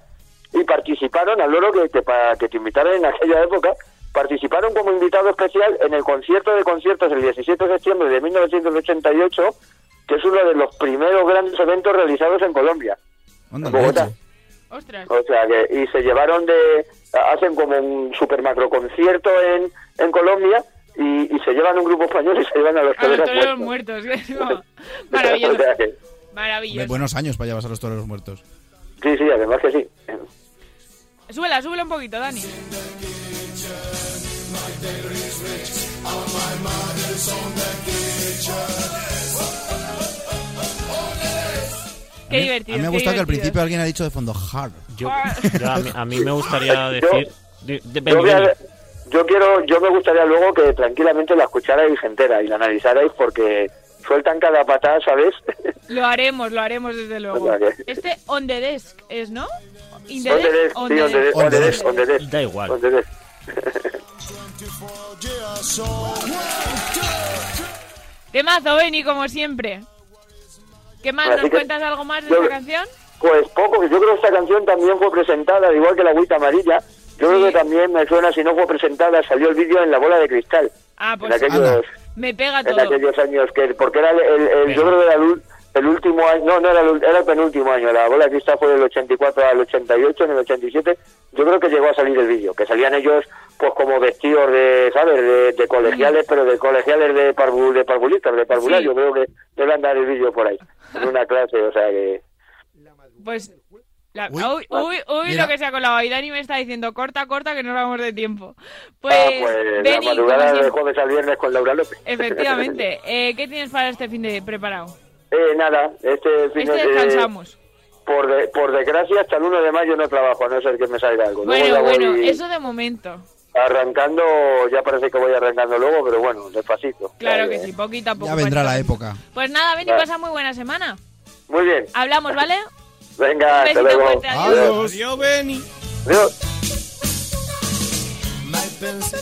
Speaker 16: y participaron, al loro que, que para que te invitaran en aquella época, participaron como invitado especial en el concierto de conciertos el 17 de septiembre de 1988, que es uno de los primeros grandes eventos realizados en Colombia.
Speaker 13: Anda,
Speaker 16: en Bogotá.
Speaker 10: Ostras.
Speaker 16: O sea, que, y se llevaron de. Hacen como un super macro concierto en, en Colombia y, y se llevan un grupo español y se llevan a los
Speaker 10: A los
Speaker 16: toreros
Speaker 10: toreros
Speaker 16: muertos.
Speaker 10: Ah, muertos.
Speaker 16: O sea que-
Speaker 13: Hombre,
Speaker 10: Maravilloso.
Speaker 13: buenos años para llevarse a los toreros muertos.
Speaker 16: Sí, sí, además que sí.
Speaker 10: Súbela, súbela un poquito, Dani. Qué
Speaker 13: A mí-
Speaker 10: divertido.
Speaker 13: A mí me ha gustado que
Speaker 10: qué
Speaker 13: al
Speaker 10: divertido.
Speaker 13: principio alguien ha dicho de fondo hard.
Speaker 11: Yo,
Speaker 12: Ah.
Speaker 11: yo a, mí, a mí me gustaría decir. de- de-
Speaker 16: yo,
Speaker 11: ven,
Speaker 16: voy a-
Speaker 11: ven.
Speaker 16: yo quiero, yo me gustaría luego que tranquilamente la escucharais entera y la analizarais porque sueltan cada patada, ¿sabes?
Speaker 10: Lo haremos, lo haremos desde luego.
Speaker 16: Vale.
Speaker 10: Este on the desk es, ¿no? In the
Speaker 16: ¿Dónde
Speaker 10: desk,
Speaker 16: eres?
Speaker 10: on
Speaker 16: Sí,
Speaker 10: the
Speaker 16: ¿dónde
Speaker 10: desk.
Speaker 16: eres? ¿Dónde eres? ¿Dónde eres?
Speaker 11: Da igual.
Speaker 16: ¿Dónde eres?
Speaker 10: Temazo, Beni, como siempre. ¿Qué más?
Speaker 16: Así
Speaker 10: ¿Nos
Speaker 16: que-
Speaker 10: cuentas algo más de
Speaker 16: Yo-
Speaker 10: esta canción?
Speaker 16: Pues poco, que yo creo que esta canción también fue presentada, al igual que la agüita amarilla. Yo creo que también me suena, si no fue presentada, salió el vídeo en la bola de cristal.
Speaker 10: Ah,
Speaker 16: en
Speaker 10: pues
Speaker 16: aquellos,
Speaker 10: me pega
Speaker 16: en
Speaker 10: todo.
Speaker 16: aquellos años que porque era el, el- el- yo creo que era el, ul- el último año no no era el, ul- era el penúltimo año la bola que está fue del 84 al 88 en el 87 yo creo que llegó a salir el vídeo que salían ellos pues como vestidos de sabes de, de colegiales pero de colegiales de parvu, de parvulistas de parvular
Speaker 10: Sí.
Speaker 16: yo creo que debe andar el vídeo por ahí en una clase o sea que
Speaker 10: Pues. la-
Speaker 16: Uy.
Speaker 10: uy, uy, uy,
Speaker 16: Mira.
Speaker 10: lo que se ha colado. Y Dani me está diciendo corta, corta, que no vamos de tiempo. Pues,
Speaker 16: ah, pues la
Speaker 10: Beni, como
Speaker 16: madrugada de
Speaker 10: siempre.
Speaker 16: jueves al viernes con Laura López
Speaker 10: Efectivamente. Eh, ¿Qué tienes para este fin de preparado?
Speaker 16: eh, nada este fin
Speaker 10: Este
Speaker 16: de- eh,
Speaker 10: descansamos.
Speaker 16: por, de- por desgracia hasta el 1 de mayo no trabajo a no ser que me salga algo Luego ya
Speaker 10: bueno, bueno,
Speaker 16: voy-
Speaker 10: eso de momento.
Speaker 16: arrancando, ya parece que voy arrancando luego, pero bueno, despacito.
Speaker 10: Claro
Speaker 16: Ahí,
Speaker 10: que
Speaker 16: eh.
Speaker 10: sí, poquito a poco.
Speaker 13: Ya vendrá la época.
Speaker 10: Pues nada, Beni,
Speaker 16: Vale.
Speaker 10: pasa muy buena semana.
Speaker 16: Muy bien,
Speaker 10: Hablamos, ¿vale?
Speaker 16: venga,
Speaker 10: Un
Speaker 16: hasta
Speaker 10: besito
Speaker 16: luego.
Speaker 10: fuerte, adiós.
Speaker 1: Adiós, Beni.
Speaker 16: Adiós.
Speaker 19: My pencil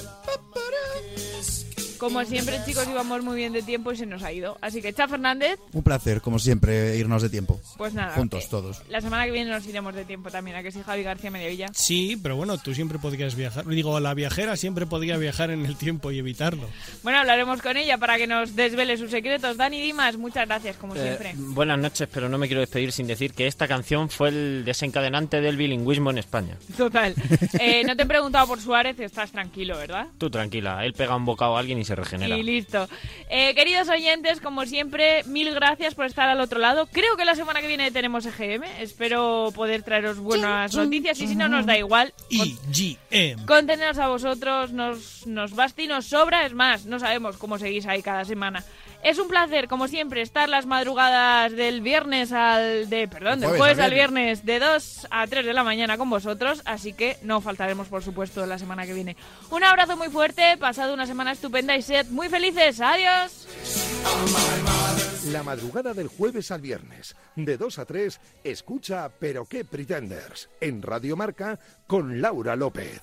Speaker 10: Como siempre, chicos, íbamos muy bien de tiempo y se nos ha ido. Así que, Cha Fernández,
Speaker 13: Un placer, como siempre, irnos de tiempo.
Speaker 10: pues nada.
Speaker 13: Juntos,
Speaker 10: que
Speaker 13: todos.
Speaker 10: La semana que viene nos iremos de tiempo también, ¿a que sí, Javi García Mediavilla?
Speaker 1: Sí, pero bueno, tú siempre podrías viajar. Digo, la viajera siempre podría viajar en el tiempo y evitarlo.
Speaker 10: Bueno, hablaremos con ella para que nos desvele sus secretos. Dani Dimas, muchas gracias, como
Speaker 11: Eh,
Speaker 10: siempre.
Speaker 11: buenas noches, pero no me quiero despedir sin decir que esta canción fue el desencadenante del bilingüismo en España.
Speaker 10: Total. Eh, no te he preguntado por Suárez, estás tranquilo, ¿verdad?
Speaker 11: Tú tranquila, él pega un bocado a alguien y se se regenera.
Speaker 12: Y listo. Eh, queridos oyentes, como siempre, mil gracias por estar al otro lado. Creo que la semana que viene tenemos EGM. Espero poder traeros buenas noticias y si no, nos da igual.
Speaker 1: EGM.
Speaker 12: Contenernos a vosotros, nos, nos basta y nos sobra. Es más, no sabemos cómo seguís ahí cada semana. Es un placer, como siempre, estar las madrugadas del viernes al de, perdón, del
Speaker 13: Jueves
Speaker 12: jueves
Speaker 13: al
Speaker 12: al viernes de 2 a 3 de la mañana con vosotros, así que no faltaremos, por supuesto, la semana que viene. Un abrazo muy fuerte, pasad una semana estupenda y sed muy felices. Adiós.
Speaker 9: La madrugada del jueves al viernes, de 2 a 3, escucha Pero qué Pretenders en Radio Marca con Laura López.